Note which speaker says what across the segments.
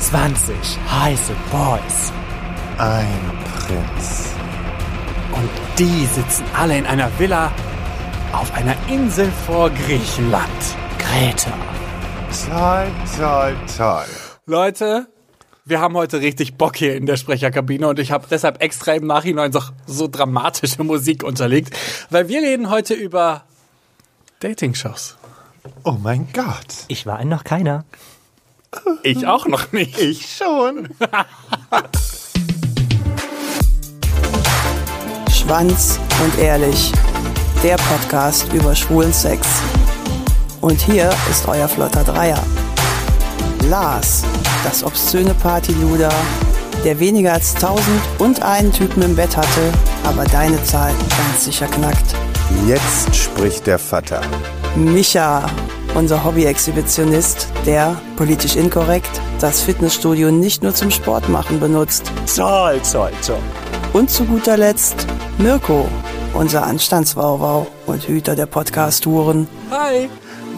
Speaker 1: 20 heiße Boys.
Speaker 2: Ein Prinz.
Speaker 1: Und die sitzen alle in einer Villa auf einer Insel vor Griechenland. Kreta.
Speaker 2: Toll, toll, toll.
Speaker 1: Leute, wir haben heute richtig Bock hier in der Sprecherkabine und ich habe deshalb extra im Nachhinein so, so dramatische Musik unterlegt, weil wir reden heute über Dating-Shows.
Speaker 2: Oh mein Gott.
Speaker 3: Ich war in noch keiner.
Speaker 1: Ich auch noch nicht.
Speaker 2: Ich schon.
Speaker 4: Schwanz und ehrlich. Der Podcast über schwulen Sex. Und hier ist euer flotter Dreier. Lars, das obszöne Partyluder, der weniger als 1000 und einen Typen im Bett hatte, aber deine Zahl ganz sicher knackt.
Speaker 2: Jetzt spricht der Vater.
Speaker 4: Micha, unser Hobby-Exhibitionist, der, politisch inkorrekt, das Fitnessstudio nicht nur zum Sport machen benutzt.
Speaker 2: Toll, toll, toll.
Speaker 4: Und zu guter Letzt Mirko, unser Anstandswauwau und Hüter der Podcast-Touren.
Speaker 1: Hi,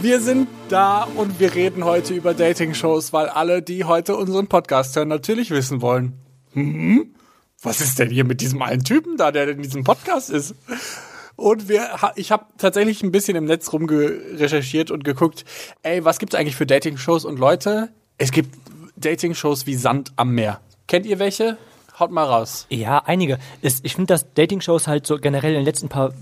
Speaker 1: wir sind da und wir reden heute über Dating-Shows, weil alle, die heute unseren Podcast hören, natürlich wissen wollen. Hm? Was ist denn hier mit diesem einen Typen da, der in diesem Podcast ist? Und wir, ha- ich habe tatsächlich ein bisschen im Netz rumgerecherchiert und geguckt, ey, was gibt's eigentlich für Dating-Shows? Und Leute, es gibt Dating-Shows wie Sand am Meer. Kennt ihr welche? Haut mal raus.
Speaker 3: Ja, einige. Es, ich finde, dass Dating-Shows halt so generell in den letzten paar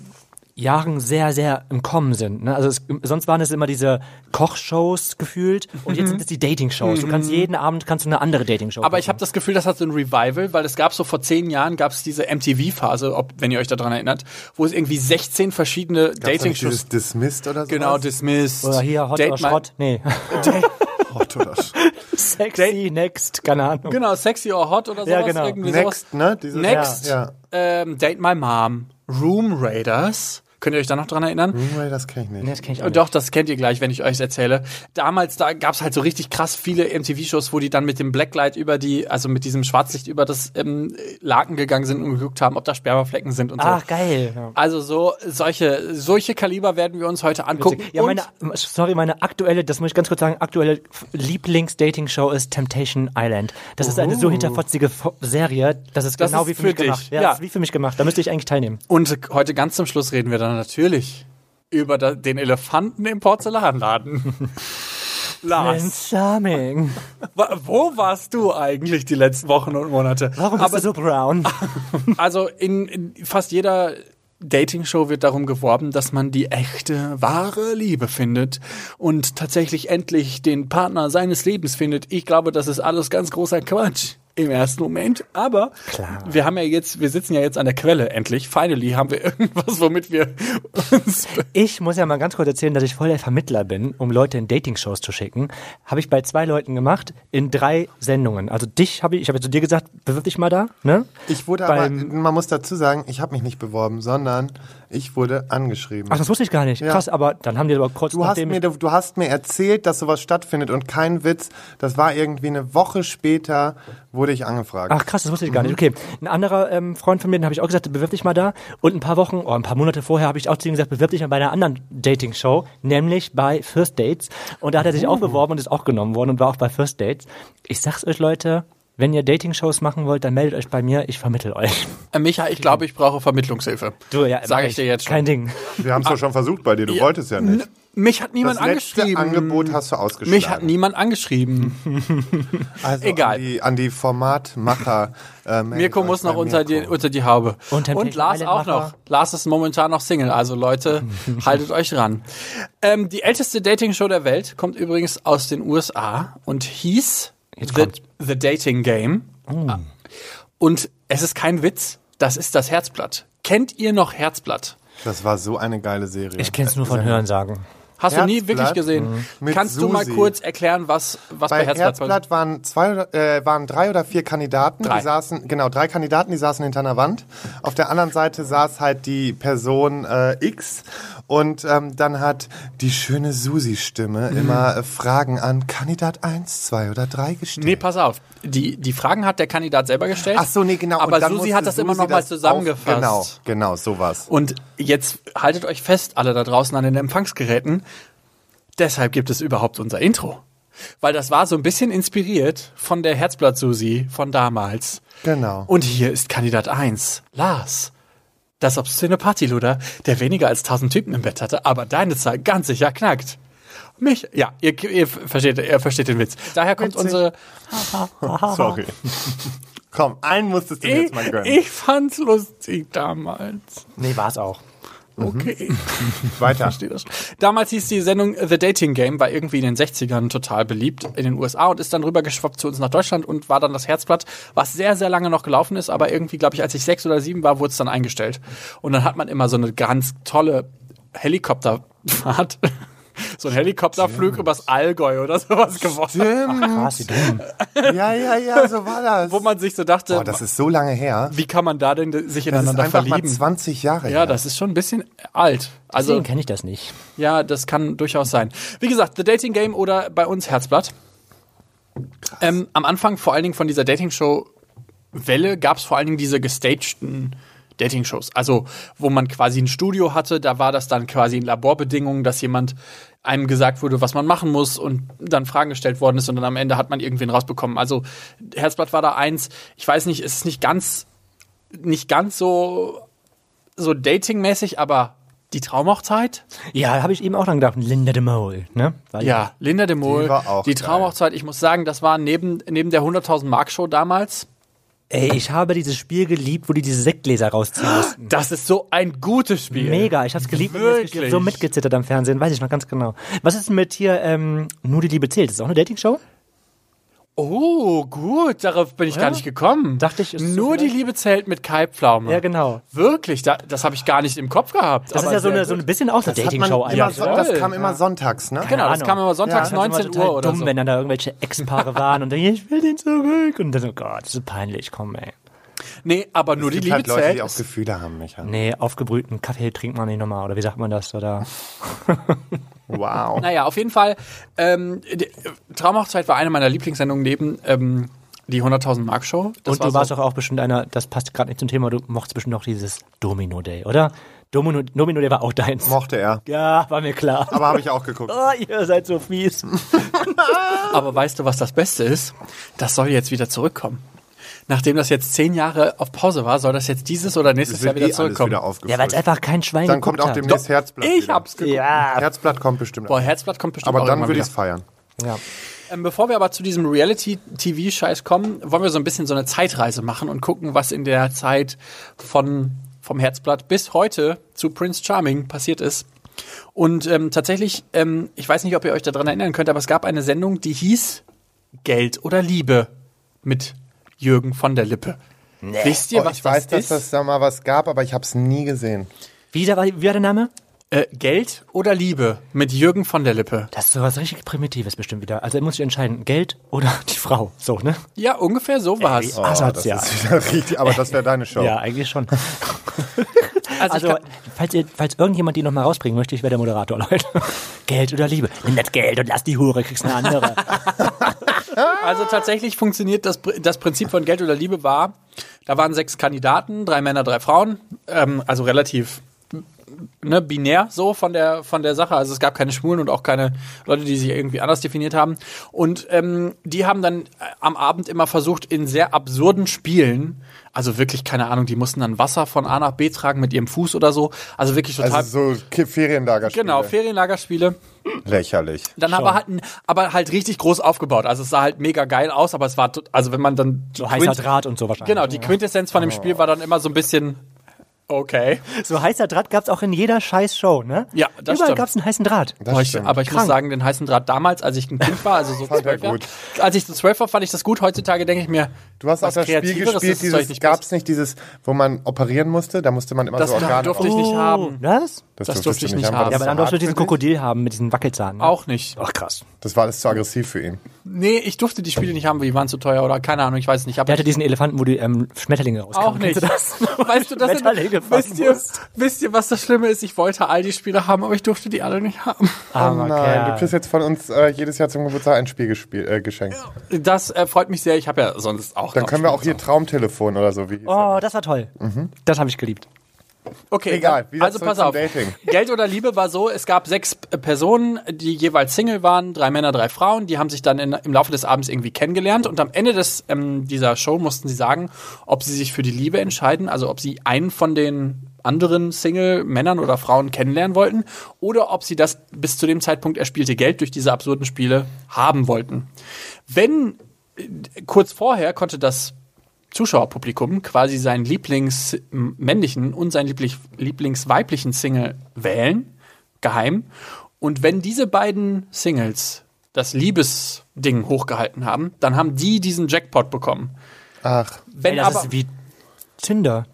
Speaker 3: Jahren sehr, sehr im Kommen sind. Ne? Also es, sonst waren es immer diese Kochshows gefühlt und jetzt sind es die Dating-Shows. Du kannst jeden Abend kannst du eine andere Dating-Show.
Speaker 1: Aber ich habe das Gefühl, das hat so ein Revival, weil es gab so vor zehn Jahren gab es diese MTV-Phase, ob wenn ihr euch daran erinnert, wo es irgendwie 16 verschiedene Dating-Shows.
Speaker 2: Dieses Dismissed oder so?
Speaker 1: Genau, dismissed.
Speaker 3: oder hier Hot oder
Speaker 1: Date My-
Speaker 3: Schrott. Nee.
Speaker 2: Hot oder Sch-
Speaker 3: Sexy Next, keine Ahnung.
Speaker 1: Genau, sexy or hot oder sowas.
Speaker 3: Ja, genau.
Speaker 1: Irgendwie sowas.
Speaker 2: Next, ne? Dieses,
Speaker 1: Next.
Speaker 2: Ja.
Speaker 1: Ähm, Date My Mom. Room Raiders. Könnt ihr euch da noch dran erinnern?
Speaker 2: ja. Nee, das kenn ich nicht.
Speaker 3: Das kenn Hm, ich auch
Speaker 1: Und
Speaker 3: nicht.
Speaker 1: Doch, das kennt ihr gleich, wenn ich euch erzähle. Damals, da gab's halt so richtig krass viele MTV-Shows, wo die dann mit dem Blacklight über die, also mit diesem Schwarzlicht über das ähm, Laken gegangen sind und geguckt haben, ob da Spermaflecken sind und so.
Speaker 3: Ach, geil. Ja.
Speaker 1: Also so, solche, solche Kaliber werden wir uns heute angucken.
Speaker 3: Ja, meine,
Speaker 1: und
Speaker 3: sorry, meine aktuelle, das muss ich ganz kurz sagen, aktuelle F- Lieblings-Dating-Show ist Temptation Island. Das ist eine so hinterfotzige Fo- Serie, das ist
Speaker 1: Das
Speaker 3: genau
Speaker 1: ist
Speaker 3: wie für,
Speaker 1: für
Speaker 3: mich
Speaker 1: dich.
Speaker 3: gemacht.
Speaker 1: Ja.
Speaker 3: Das ist wie für mich gemacht. Da müsste ich eigentlich teilnehmen.
Speaker 1: Und heute ganz zum Schluss reden wir dann natürlich über da, den Elefanten im Porzellanladen. Lars,
Speaker 3: Charming.
Speaker 1: wa- wo warst du eigentlich die letzten Wochen und Monate?
Speaker 3: Warum bist du so brown?
Speaker 1: Also in, in fast jeder Dating-Show wird darum geworben, dass man die echte, wahre Liebe findet und tatsächlich endlich den Partner seines Lebens findet. Ich glaube, das ist alles ganz großer Quatsch im ersten Moment, aber wir haben ja jetzt, wir sitzen ja jetzt an der Quelle endlich. Finally haben wir irgendwas, womit wir uns
Speaker 3: Ich muss ja mal ganz kurz erzählen, dass ich voll der Vermittler bin, um Leute in Dating-Shows zu schicken. Habe ich bei zwei Leuten gemacht, in drei Sendungen. Also dich habe ich, ich habe ja zu dir gesagt, bewirb dich mal da, ne?
Speaker 2: Ich wurde
Speaker 3: Beim-
Speaker 2: aber, man muss dazu sagen, ich habe mich nicht beworben, sondern ich wurde angeschrieben.
Speaker 3: Ach, das wusste ich gar nicht.
Speaker 2: Ja.
Speaker 3: Krass, aber dann haben die aber kurz
Speaker 2: Du hast,
Speaker 3: nachdem
Speaker 2: mir,
Speaker 3: ich,
Speaker 2: du, du hast mir erzählt, dass sowas stattfindet und kein Witz, das war irgendwie eine Woche später, wurde ich angefragt.
Speaker 3: Ach krass, das wusste ich gar nicht.
Speaker 1: Mhm.
Speaker 3: Okay, ein anderer ähm, Freund von mir, den habe ich auch gesagt, bewirb dich mal da. Und ein paar Wochen, oder ein paar Monate vorher habe ich auch zu ihm gesagt, bewirb dich mal bei einer anderen Dating-Show, nämlich bei First Dates. Und da hat er
Speaker 1: Ah.
Speaker 3: sich auch beworben und ist auch genommen worden und war auch bei First Dates. Ich sag's euch, Leute, wenn ihr Dating-Shows machen wollt, dann meldet euch bei mir, ich vermittel euch.
Speaker 1: Äh, Micha, ich glaube, ich brauche Vermittlungshilfe.
Speaker 3: Du, ja,
Speaker 1: Sage
Speaker 3: mach
Speaker 1: ich dir jetzt schon.
Speaker 3: Kein Ding.
Speaker 2: Wir haben es doch schon versucht bei dir, du wolltest ja nicht.
Speaker 1: Mich hat niemand
Speaker 2: Das letzte
Speaker 1: angeschrieben.
Speaker 2: Angebot hast du ausgeschlagen.
Speaker 1: Mich hat niemand angeschrieben.
Speaker 2: also
Speaker 1: egal.
Speaker 2: An die, an die Formatmacher. Äh, meldet
Speaker 1: Mirko
Speaker 2: euch
Speaker 1: muss
Speaker 2: bei
Speaker 1: noch unter die,
Speaker 2: Mirko.
Speaker 1: unter die Haube.
Speaker 3: Und
Speaker 1: Und,
Speaker 3: Temptation
Speaker 1: Lars
Speaker 3: Island
Speaker 1: auch noch.
Speaker 3: Macher.
Speaker 1: Lars ist momentan noch Single, also Leute, haltet euch ran. Ähm, die älteste Dating-Show der Welt kommt übrigens aus den USA und hieß
Speaker 3: Jetzt
Speaker 1: The,
Speaker 3: kommt's. Oh.
Speaker 1: The Dating Game. Und es ist kein Witz, das ist das Herzblatt. Kennt ihr noch Herzblatt?
Speaker 2: Das war so eine geile Serie.
Speaker 3: Ich kenn's nur von
Speaker 1: Also-
Speaker 3: Hörensagen.
Speaker 1: Hast du nie
Speaker 2: Herzblatt? Mhm.
Speaker 1: wirklich gesehen?
Speaker 2: Mit
Speaker 1: Kannst du mal
Speaker 2: Susi.
Speaker 1: kurz erklären, was, was bei,
Speaker 2: bei
Speaker 1: Herzblatt,
Speaker 2: Herzblatt waren zwei oder- äh, waren drei oder vier Kandidaten,
Speaker 1: Drei.
Speaker 2: die saßen genau drei Kandidaten, die saßen hinter einer Wand. Auf der anderen Seite saß halt die Person äh, X und ähm, dann hat die schöne Susi Stimme immer äh, Fragen an Kandidat 1, 2 oder 3 gestellt.
Speaker 1: Mhm. Nee, pass auf. Die, die Fragen hat der Kandidat selber gestellt.
Speaker 2: Ach so, nee, genau.
Speaker 1: Aber
Speaker 2: und dann
Speaker 1: Susi
Speaker 2: musste
Speaker 1: hat das immer
Speaker 2: Susi
Speaker 1: nochmal
Speaker 2: das auf-
Speaker 1: zusammengefasst.
Speaker 2: Genau, genau, sowas.
Speaker 1: Und jetzt haltet euch fest, alle da draußen an den Empfangsgeräten. Deshalb gibt es überhaupt unser Intro. Weil das war so ein bisschen inspiriert von der Herzblatt-Susi von damals.
Speaker 2: Genau.
Speaker 1: Und hier ist Kandidat 1, Lars. Das obszöne Partyluder, der weniger als 1000 Typen im Bett hatte, aber deine Zahl ganz sicher knackt. Mich, ja, ihr, ihr, versteht, ihr versteht den Witz. Daher kommt
Speaker 2: Witzig.
Speaker 1: unsere
Speaker 2: Sorry. Komm, einen musstest du mir
Speaker 1: Ich,
Speaker 2: jetzt mal gönnen.
Speaker 1: ich fand's lustig damals.
Speaker 3: Nee, war's auch.
Speaker 2: Mhm.
Speaker 1: Okay.
Speaker 2: Weiter.
Speaker 1: Verstehe das. Damals hieß die Sendung The Dating Game, war irgendwie in den 60ern total beliebt in den USA und ist dann rübergeschwappt zu uns nach Deutschland und war dann das Herzblatt, was sehr, sehr lange noch gelaufen ist, aber irgendwie, glaube ich, als ich sechs oder sieben war, wurde es dann eingestellt. Und dann hat man immer so eine ganz tolle Helikopterfahrt. So ein Helikopterflug übers Allgäu oder sowas gewonnen, Hm.
Speaker 2: Stimmt.
Speaker 3: Krass, wie dumm.
Speaker 2: Ja, ja, ja, so war das.
Speaker 1: wo man sich so dachte,
Speaker 2: Boah, das ist so lange her.
Speaker 1: wie kann man da denn sich
Speaker 2: Das ist
Speaker 1: ineinander
Speaker 2: einfach mal
Speaker 1: verlieben?
Speaker 2: 20 Jahre her.
Speaker 1: Ja, das ist schon ein bisschen alt. Also
Speaker 3: Deswegen kenne ich das nicht.
Speaker 1: Ja, das kann durchaus sein. Wie gesagt, The Dating Game oder bei uns Herzblatt. Ähm, am Anfang vor allen Dingen von dieser Dating-Show-Welle gab es vor allen Dingen diese gestagten Dating-Shows. Also, wo man quasi ein Studio hatte, da war das dann quasi in Laborbedingungen, dass jemand einem gesagt wurde, was man machen muss und dann Fragen gestellt worden ist und dann am Ende hat man irgendwen rausbekommen. Also, Herzblatt war da eins. Ich weiß nicht, es ist nicht ganz, nicht ganz so, so datingmäßig, aber die Traumhochzeit?
Speaker 3: Ja, habe ich eben auch dran gedacht. Linda de Mol, ne? Weil
Speaker 1: Ja, Linda de Mol,
Speaker 2: Die war auch
Speaker 1: die
Speaker 2: geil.
Speaker 1: Traumhochzeit, ich muss sagen, das war neben, neben der 100.000 Mark Show damals.
Speaker 3: Ey, ich habe dieses Spiel geliebt, wo die diese Sektgläser rausziehen mussten.
Speaker 1: Das ist so ein gutes Spiel.
Speaker 3: Mega, ich hab's geliebt und mir ist
Speaker 1: Wirklich?
Speaker 3: so mitgezittert am Fernsehen, weiß ich noch ganz genau. Was ist denn mit hier, ähm, nur die Liebe zählt? Ist das auch eine Dating-Show?
Speaker 1: Oh, gut, darauf bin ich gar nicht gekommen.
Speaker 3: Dachte ich, ist so
Speaker 1: Nur die
Speaker 3: vielleicht-
Speaker 1: Liebe zählt mit Kai Pflaume.
Speaker 3: Ja, genau.
Speaker 1: Wirklich, da, das habe ich gar nicht im Kopf gehabt.
Speaker 3: Das
Speaker 1: aber
Speaker 3: ist ja so,
Speaker 1: sehr
Speaker 3: eine, so
Speaker 1: gut.
Speaker 3: ein bisschen auch eine
Speaker 2: Das, hat man
Speaker 3: Dating-Show
Speaker 2: immer
Speaker 3: eigentlich.
Speaker 2: so,
Speaker 1: Ja,
Speaker 2: das
Speaker 1: voll.
Speaker 2: kam immer sonntags, ne?
Speaker 1: Genau, das
Speaker 3: Ahnung.
Speaker 1: kam immer sonntags
Speaker 3: Das war
Speaker 1: 19
Speaker 3: total
Speaker 1: Uhr oder
Speaker 3: dumm,
Speaker 1: so.
Speaker 3: wenn dann da irgendwelche Ex-Paare waren und dann, ich will den zurück. Und dann so, Gott, das ist so peinlich, komm ey.
Speaker 1: Nee, aber nur die
Speaker 2: Es gibt
Speaker 1: Liebe
Speaker 2: halt Leute,
Speaker 1: zählt.
Speaker 2: die auch
Speaker 1: ist-
Speaker 2: Gefühle haben, Micha.
Speaker 3: Nee, aufgebrühten Kaffee trinkt man nicht nochmal, oder wie sagt man das? Oder
Speaker 2: Wow.
Speaker 1: Naja, auf jeden Fall, ähm, die, Traumhochzeit war eine meiner Lieblingssendungen neben ähm, die 100.000 Mark Show. Das
Speaker 3: und du warst doch auch bestimmt einer, das passt gerade nicht zum Thema, du mochtest bestimmt auch dieses Domino Day, oder? Domino, Domino Day war auch deins.
Speaker 2: Mochte er.
Speaker 3: ja, war mir klar.
Speaker 2: Aber habe ich auch geguckt.
Speaker 3: Oh, ihr seid so fies.
Speaker 1: Aber weißt du, was das Beste ist? Das soll jetzt wieder zurückkommen. Nachdem das jetzt zehn Jahre auf Pause war, soll das jetzt dieses oder nächstes
Speaker 2: Es
Speaker 1: Jahr
Speaker 2: wird
Speaker 1: wieder
Speaker 2: eh alles
Speaker 1: zurückkommen.
Speaker 2: wieder aufgefüllt.
Speaker 3: Ja, weil es einfach kein Schwein
Speaker 2: Dann kommt
Speaker 3: geguckt
Speaker 2: auch
Speaker 3: hat.
Speaker 2: demnächst Herzblatt
Speaker 1: ich
Speaker 2: wieder.
Speaker 1: hab's geguckt.
Speaker 3: Ja.
Speaker 2: Herzblatt kommt bestimmt.
Speaker 1: Boah, Herzblatt kommt bestimmt
Speaker 2: aber
Speaker 1: auch
Speaker 2: dann
Speaker 1: irgendwann
Speaker 2: würde
Speaker 1: wieder.
Speaker 2: ich es feiern.
Speaker 3: ja.
Speaker 1: Ähm, bevor wir aber zu diesem Reality-TV-Scheiß kommen, wollen wir so ein bisschen so eine Zeitreise machen und gucken, was in der Zeit von, vom Herzblatt bis heute zu Prince Charming passiert ist. Und ähm, tatsächlich, ähm, ich weiß nicht, ob ihr euch daran erinnern könnt, aber es gab eine Sendung, die hieß Geld oder Liebe mit Jürgen von der Lippe. Wisst ihr,
Speaker 2: Oh,
Speaker 1: was
Speaker 2: ich weiß,
Speaker 1: das
Speaker 2: dass
Speaker 1: ist?
Speaker 2: das da mal was gab, aber ich habe es nie gesehen.
Speaker 3: Wie, der, wie war der Name?
Speaker 1: Äh, Geld oder Liebe mit Jürgen von der Lippe.
Speaker 3: Das ist sowas richtig Primitives bestimmt wieder. Also er muss sich entscheiden, Geld oder die Frau. So, ne?
Speaker 1: Ja, ungefähr
Speaker 2: Äh,
Speaker 1: so war's.
Speaker 3: Oh, Asozial.
Speaker 2: das ist wieder richtig, aber das wäre deine Show.
Speaker 3: Ja, eigentlich schon.
Speaker 1: Also,
Speaker 3: Also,
Speaker 1: ich kann,
Speaker 3: falls, ihr, falls irgendjemand die nochmal rausbringen möchte, ich wäre der Moderator, Leute. Geld oder Liebe? Nimm das Geld und lass die Hure, kriegst eine andere.
Speaker 1: also tatsächlich funktioniert das, Pri- das Prinzip von Geld oder Liebe war, da waren sechs Kandidaten, drei Männer, drei Frauen, ähm, also relativ ne, binär so von der von der Sache. Also es gab keine Schwulen und auch keine Leute, die sich irgendwie anders definiert haben. Und ähm, die haben dann äh, am Abend immer versucht, in sehr absurden Spielen, also wirklich keine Ahnung, die mussten dann Wasser von A nach B tragen mit ihrem Fuß oder so. Also wirklich total
Speaker 2: Also so Ki- Ferienlagerspiele.
Speaker 1: genau Ferienlagerspiele.
Speaker 2: Lächerlich.
Speaker 1: Dann aber halt, ein- aber halt richtig groß aufgebaut. Also es sah halt mega geil aus, aber es war, tot- also wenn man dann die
Speaker 3: So heißer
Speaker 1: Quint-
Speaker 3: Draht und so wahrscheinlich.
Speaker 1: Genau, die Quintessenz von dem Spiel war dann immer so ein bisschen okay.
Speaker 3: So heißer Draht gab's auch in jeder scheiß Show, ne?
Speaker 1: Ja, das
Speaker 3: Überall
Speaker 1: stimmt.
Speaker 3: gab's einen heißen Draht.
Speaker 2: Das
Speaker 1: Boah, ich,
Speaker 2: stimmt.
Speaker 1: aber ich muss
Speaker 3: Krank.
Speaker 1: sagen, den heißen Draht damals, als ich ein Kind war, also so
Speaker 2: Fand er
Speaker 1: zwölf Jahre,
Speaker 2: gut.
Speaker 1: als ich so zwölf war, fand ich das gut. Heutzutage denke ich mir,
Speaker 2: Du hast auch
Speaker 1: was
Speaker 2: das Spiel
Speaker 1: Kreativeres ist
Speaker 2: gespielt,
Speaker 1: das Zeug
Speaker 2: dieses,
Speaker 1: nicht
Speaker 2: gab es nicht dieses, wo man operieren musste, da musste man immer
Speaker 1: Das
Speaker 2: so Organe
Speaker 1: durfte ich
Speaker 2: raus-
Speaker 3: Oh.
Speaker 1: nicht haben.
Speaker 3: Was?
Speaker 1: das durfte
Speaker 2: durftest du
Speaker 1: ich nicht haben.
Speaker 2: war
Speaker 3: Ja,
Speaker 2: das
Speaker 3: aber dann
Speaker 2: zu
Speaker 3: darfst du
Speaker 2: hart
Speaker 3: diesen
Speaker 2: für dich?
Speaker 3: Krokodil haben mit diesen Wackelzahn. Ne?
Speaker 1: Auch nicht.
Speaker 3: Ach krass.
Speaker 2: Das war alles zu aggressiv für ihn.
Speaker 1: Nee, ich durfte die Spiele nicht haben, weil die waren zu teuer oder keine Ahnung, ich weiß nicht.
Speaker 3: Der
Speaker 1: Aber
Speaker 3: hatte diesen Elefanten, wo die ähm, Schmetterlinge rauskamen.
Speaker 1: auch nicht.
Speaker 3: Kennst du das?
Speaker 1: Weißt du, das sind-
Speaker 3: Schmetterlinge fangen
Speaker 1: wisst ihr,
Speaker 3: musst.
Speaker 1: wisst ihr, was das Schlimme ist? Ich wollte all die Spiele haben, aber ich durfte die alle nicht haben.
Speaker 3: Armer
Speaker 2: Nein,
Speaker 3: Kerl.
Speaker 2: du kriegst jetzt von uns äh, jedes Jahr zum Geburtstag ein Spiel gespielt, äh, geschenkt.
Speaker 1: Das äh, freut mich sehr. Ich habe ja sonst auch.
Speaker 2: Dann
Speaker 1: noch
Speaker 2: können wir auch
Speaker 1: Spiele.
Speaker 2: hier Traumtelefon oder so. Wie hieß
Speaker 1: Mhm.
Speaker 3: Oh, das war toll. Das habe ich geliebt.
Speaker 5: Okay,
Speaker 2: Egal, wieder
Speaker 1: also
Speaker 2: zurück
Speaker 1: pass
Speaker 2: zum
Speaker 1: auf.
Speaker 2: Dating.
Speaker 1: Geld oder Liebe war so, es gab sechs äh, Personen, die jeweils Single waren, drei Männer, drei Frauen, die haben sich dann in, im Laufe des Abends irgendwie kennengelernt und am Ende des, ähm, dieser Show mussten sie sagen, ob sie sich für die Liebe entscheiden, also ob sie einen von den anderen Single-Männern oder Frauen kennenlernen wollten oder ob sie das bis zu dem Zeitpunkt erspielte Geld durch diese absurden Spiele haben wollten. Wenn äh, kurz vorher konnte das Zuschauerpublikum quasi seinen Lieblingsmännlichen und seinen Lieblich Lieblingsweiblichen Single wählen, geheim. Und wenn diese beiden Singles das Liebesding hochgehalten haben, dann haben die diesen Jackpot bekommen.
Speaker 2: Ach,
Speaker 1: Wenn
Speaker 3: Ey, das
Speaker 1: aber
Speaker 3: ist wie Tinder.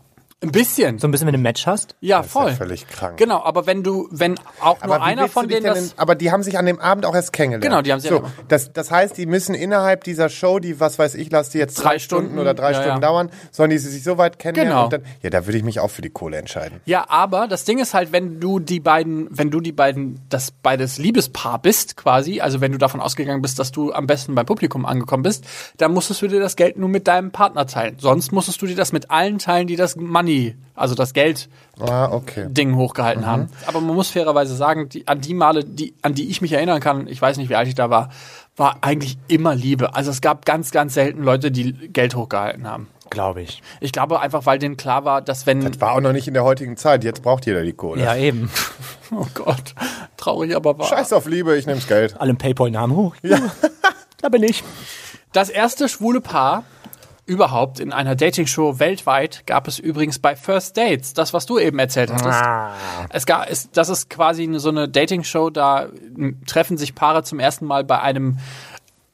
Speaker 1: ein bisschen.
Speaker 3: So ein bisschen, wenn du ein Match hast.
Speaker 1: ja,
Speaker 2: ist ja
Speaker 1: voll.
Speaker 2: völlig krank.
Speaker 1: Genau, aber wenn du, wenn auch nur
Speaker 2: wie
Speaker 1: einer
Speaker 2: willst du
Speaker 1: von
Speaker 2: dich
Speaker 1: denen
Speaker 2: denn
Speaker 1: das.
Speaker 2: in- aber die haben sich an dem Abend auch erst kennengelernt.
Speaker 1: Genau, die haben sich
Speaker 2: so,
Speaker 1: an dem-
Speaker 2: das, das heißt, die müssen innerhalb dieser Show, die, was weiß ich, lass die jetzt
Speaker 1: Drei
Speaker 2: drei,
Speaker 1: Stunden,
Speaker 2: Stunden oder drei
Speaker 1: ja, ja.
Speaker 2: Stunden dauern, sollen die sich so weit kennenlernen
Speaker 1: Genau.
Speaker 2: und dann, ja, da würde ich mich auch für die Kohle entscheiden.
Speaker 1: Ja, aber das Ding ist halt, wenn du die beiden, wenn du die beiden, das beides Liebespaar bist quasi, also wenn du davon ausgegangen bist, dass du am besten beim Publikum angekommen bist, dann musstest du dir das Geld nur mit deinem Partner teilen. Sonst musstest du dir das mit allen teilen, die das Money, also das Geld
Speaker 2: Ah, okay.
Speaker 1: Ding hochgehalten haben. Aber man muss fairerweise sagen, die, an die Male, die, an die ich mich erinnern kann, ich weiß nicht, wie alt ich da war, war eigentlich immer Liebe. Also es gab ganz, ganz selten Leute, die Geld hochgehalten haben.
Speaker 3: Glaube ich.
Speaker 1: Ich glaube einfach, weil denen klar war, dass wenn
Speaker 2: War auch noch nicht in der heutigen Zeit, jetzt braucht jeder die Kohle.
Speaker 3: Ja, eben.
Speaker 1: Oh Gott, traurig, aber wahr.
Speaker 2: Scheiß auf Liebe, ich nehm's Geld.
Speaker 3: Alle Paypal-Namen hoch. da bin ich.
Speaker 1: Das erste schwule Paar überhaupt in einer Dating-Show weltweit gab es übrigens bei First Dates. Das, was du eben erzählt hattest.
Speaker 3: Ah.
Speaker 1: Es gab, es, das ist quasi eine- so eine Dating-Show, da m, treffen sich Paare zum ersten Mal bei einem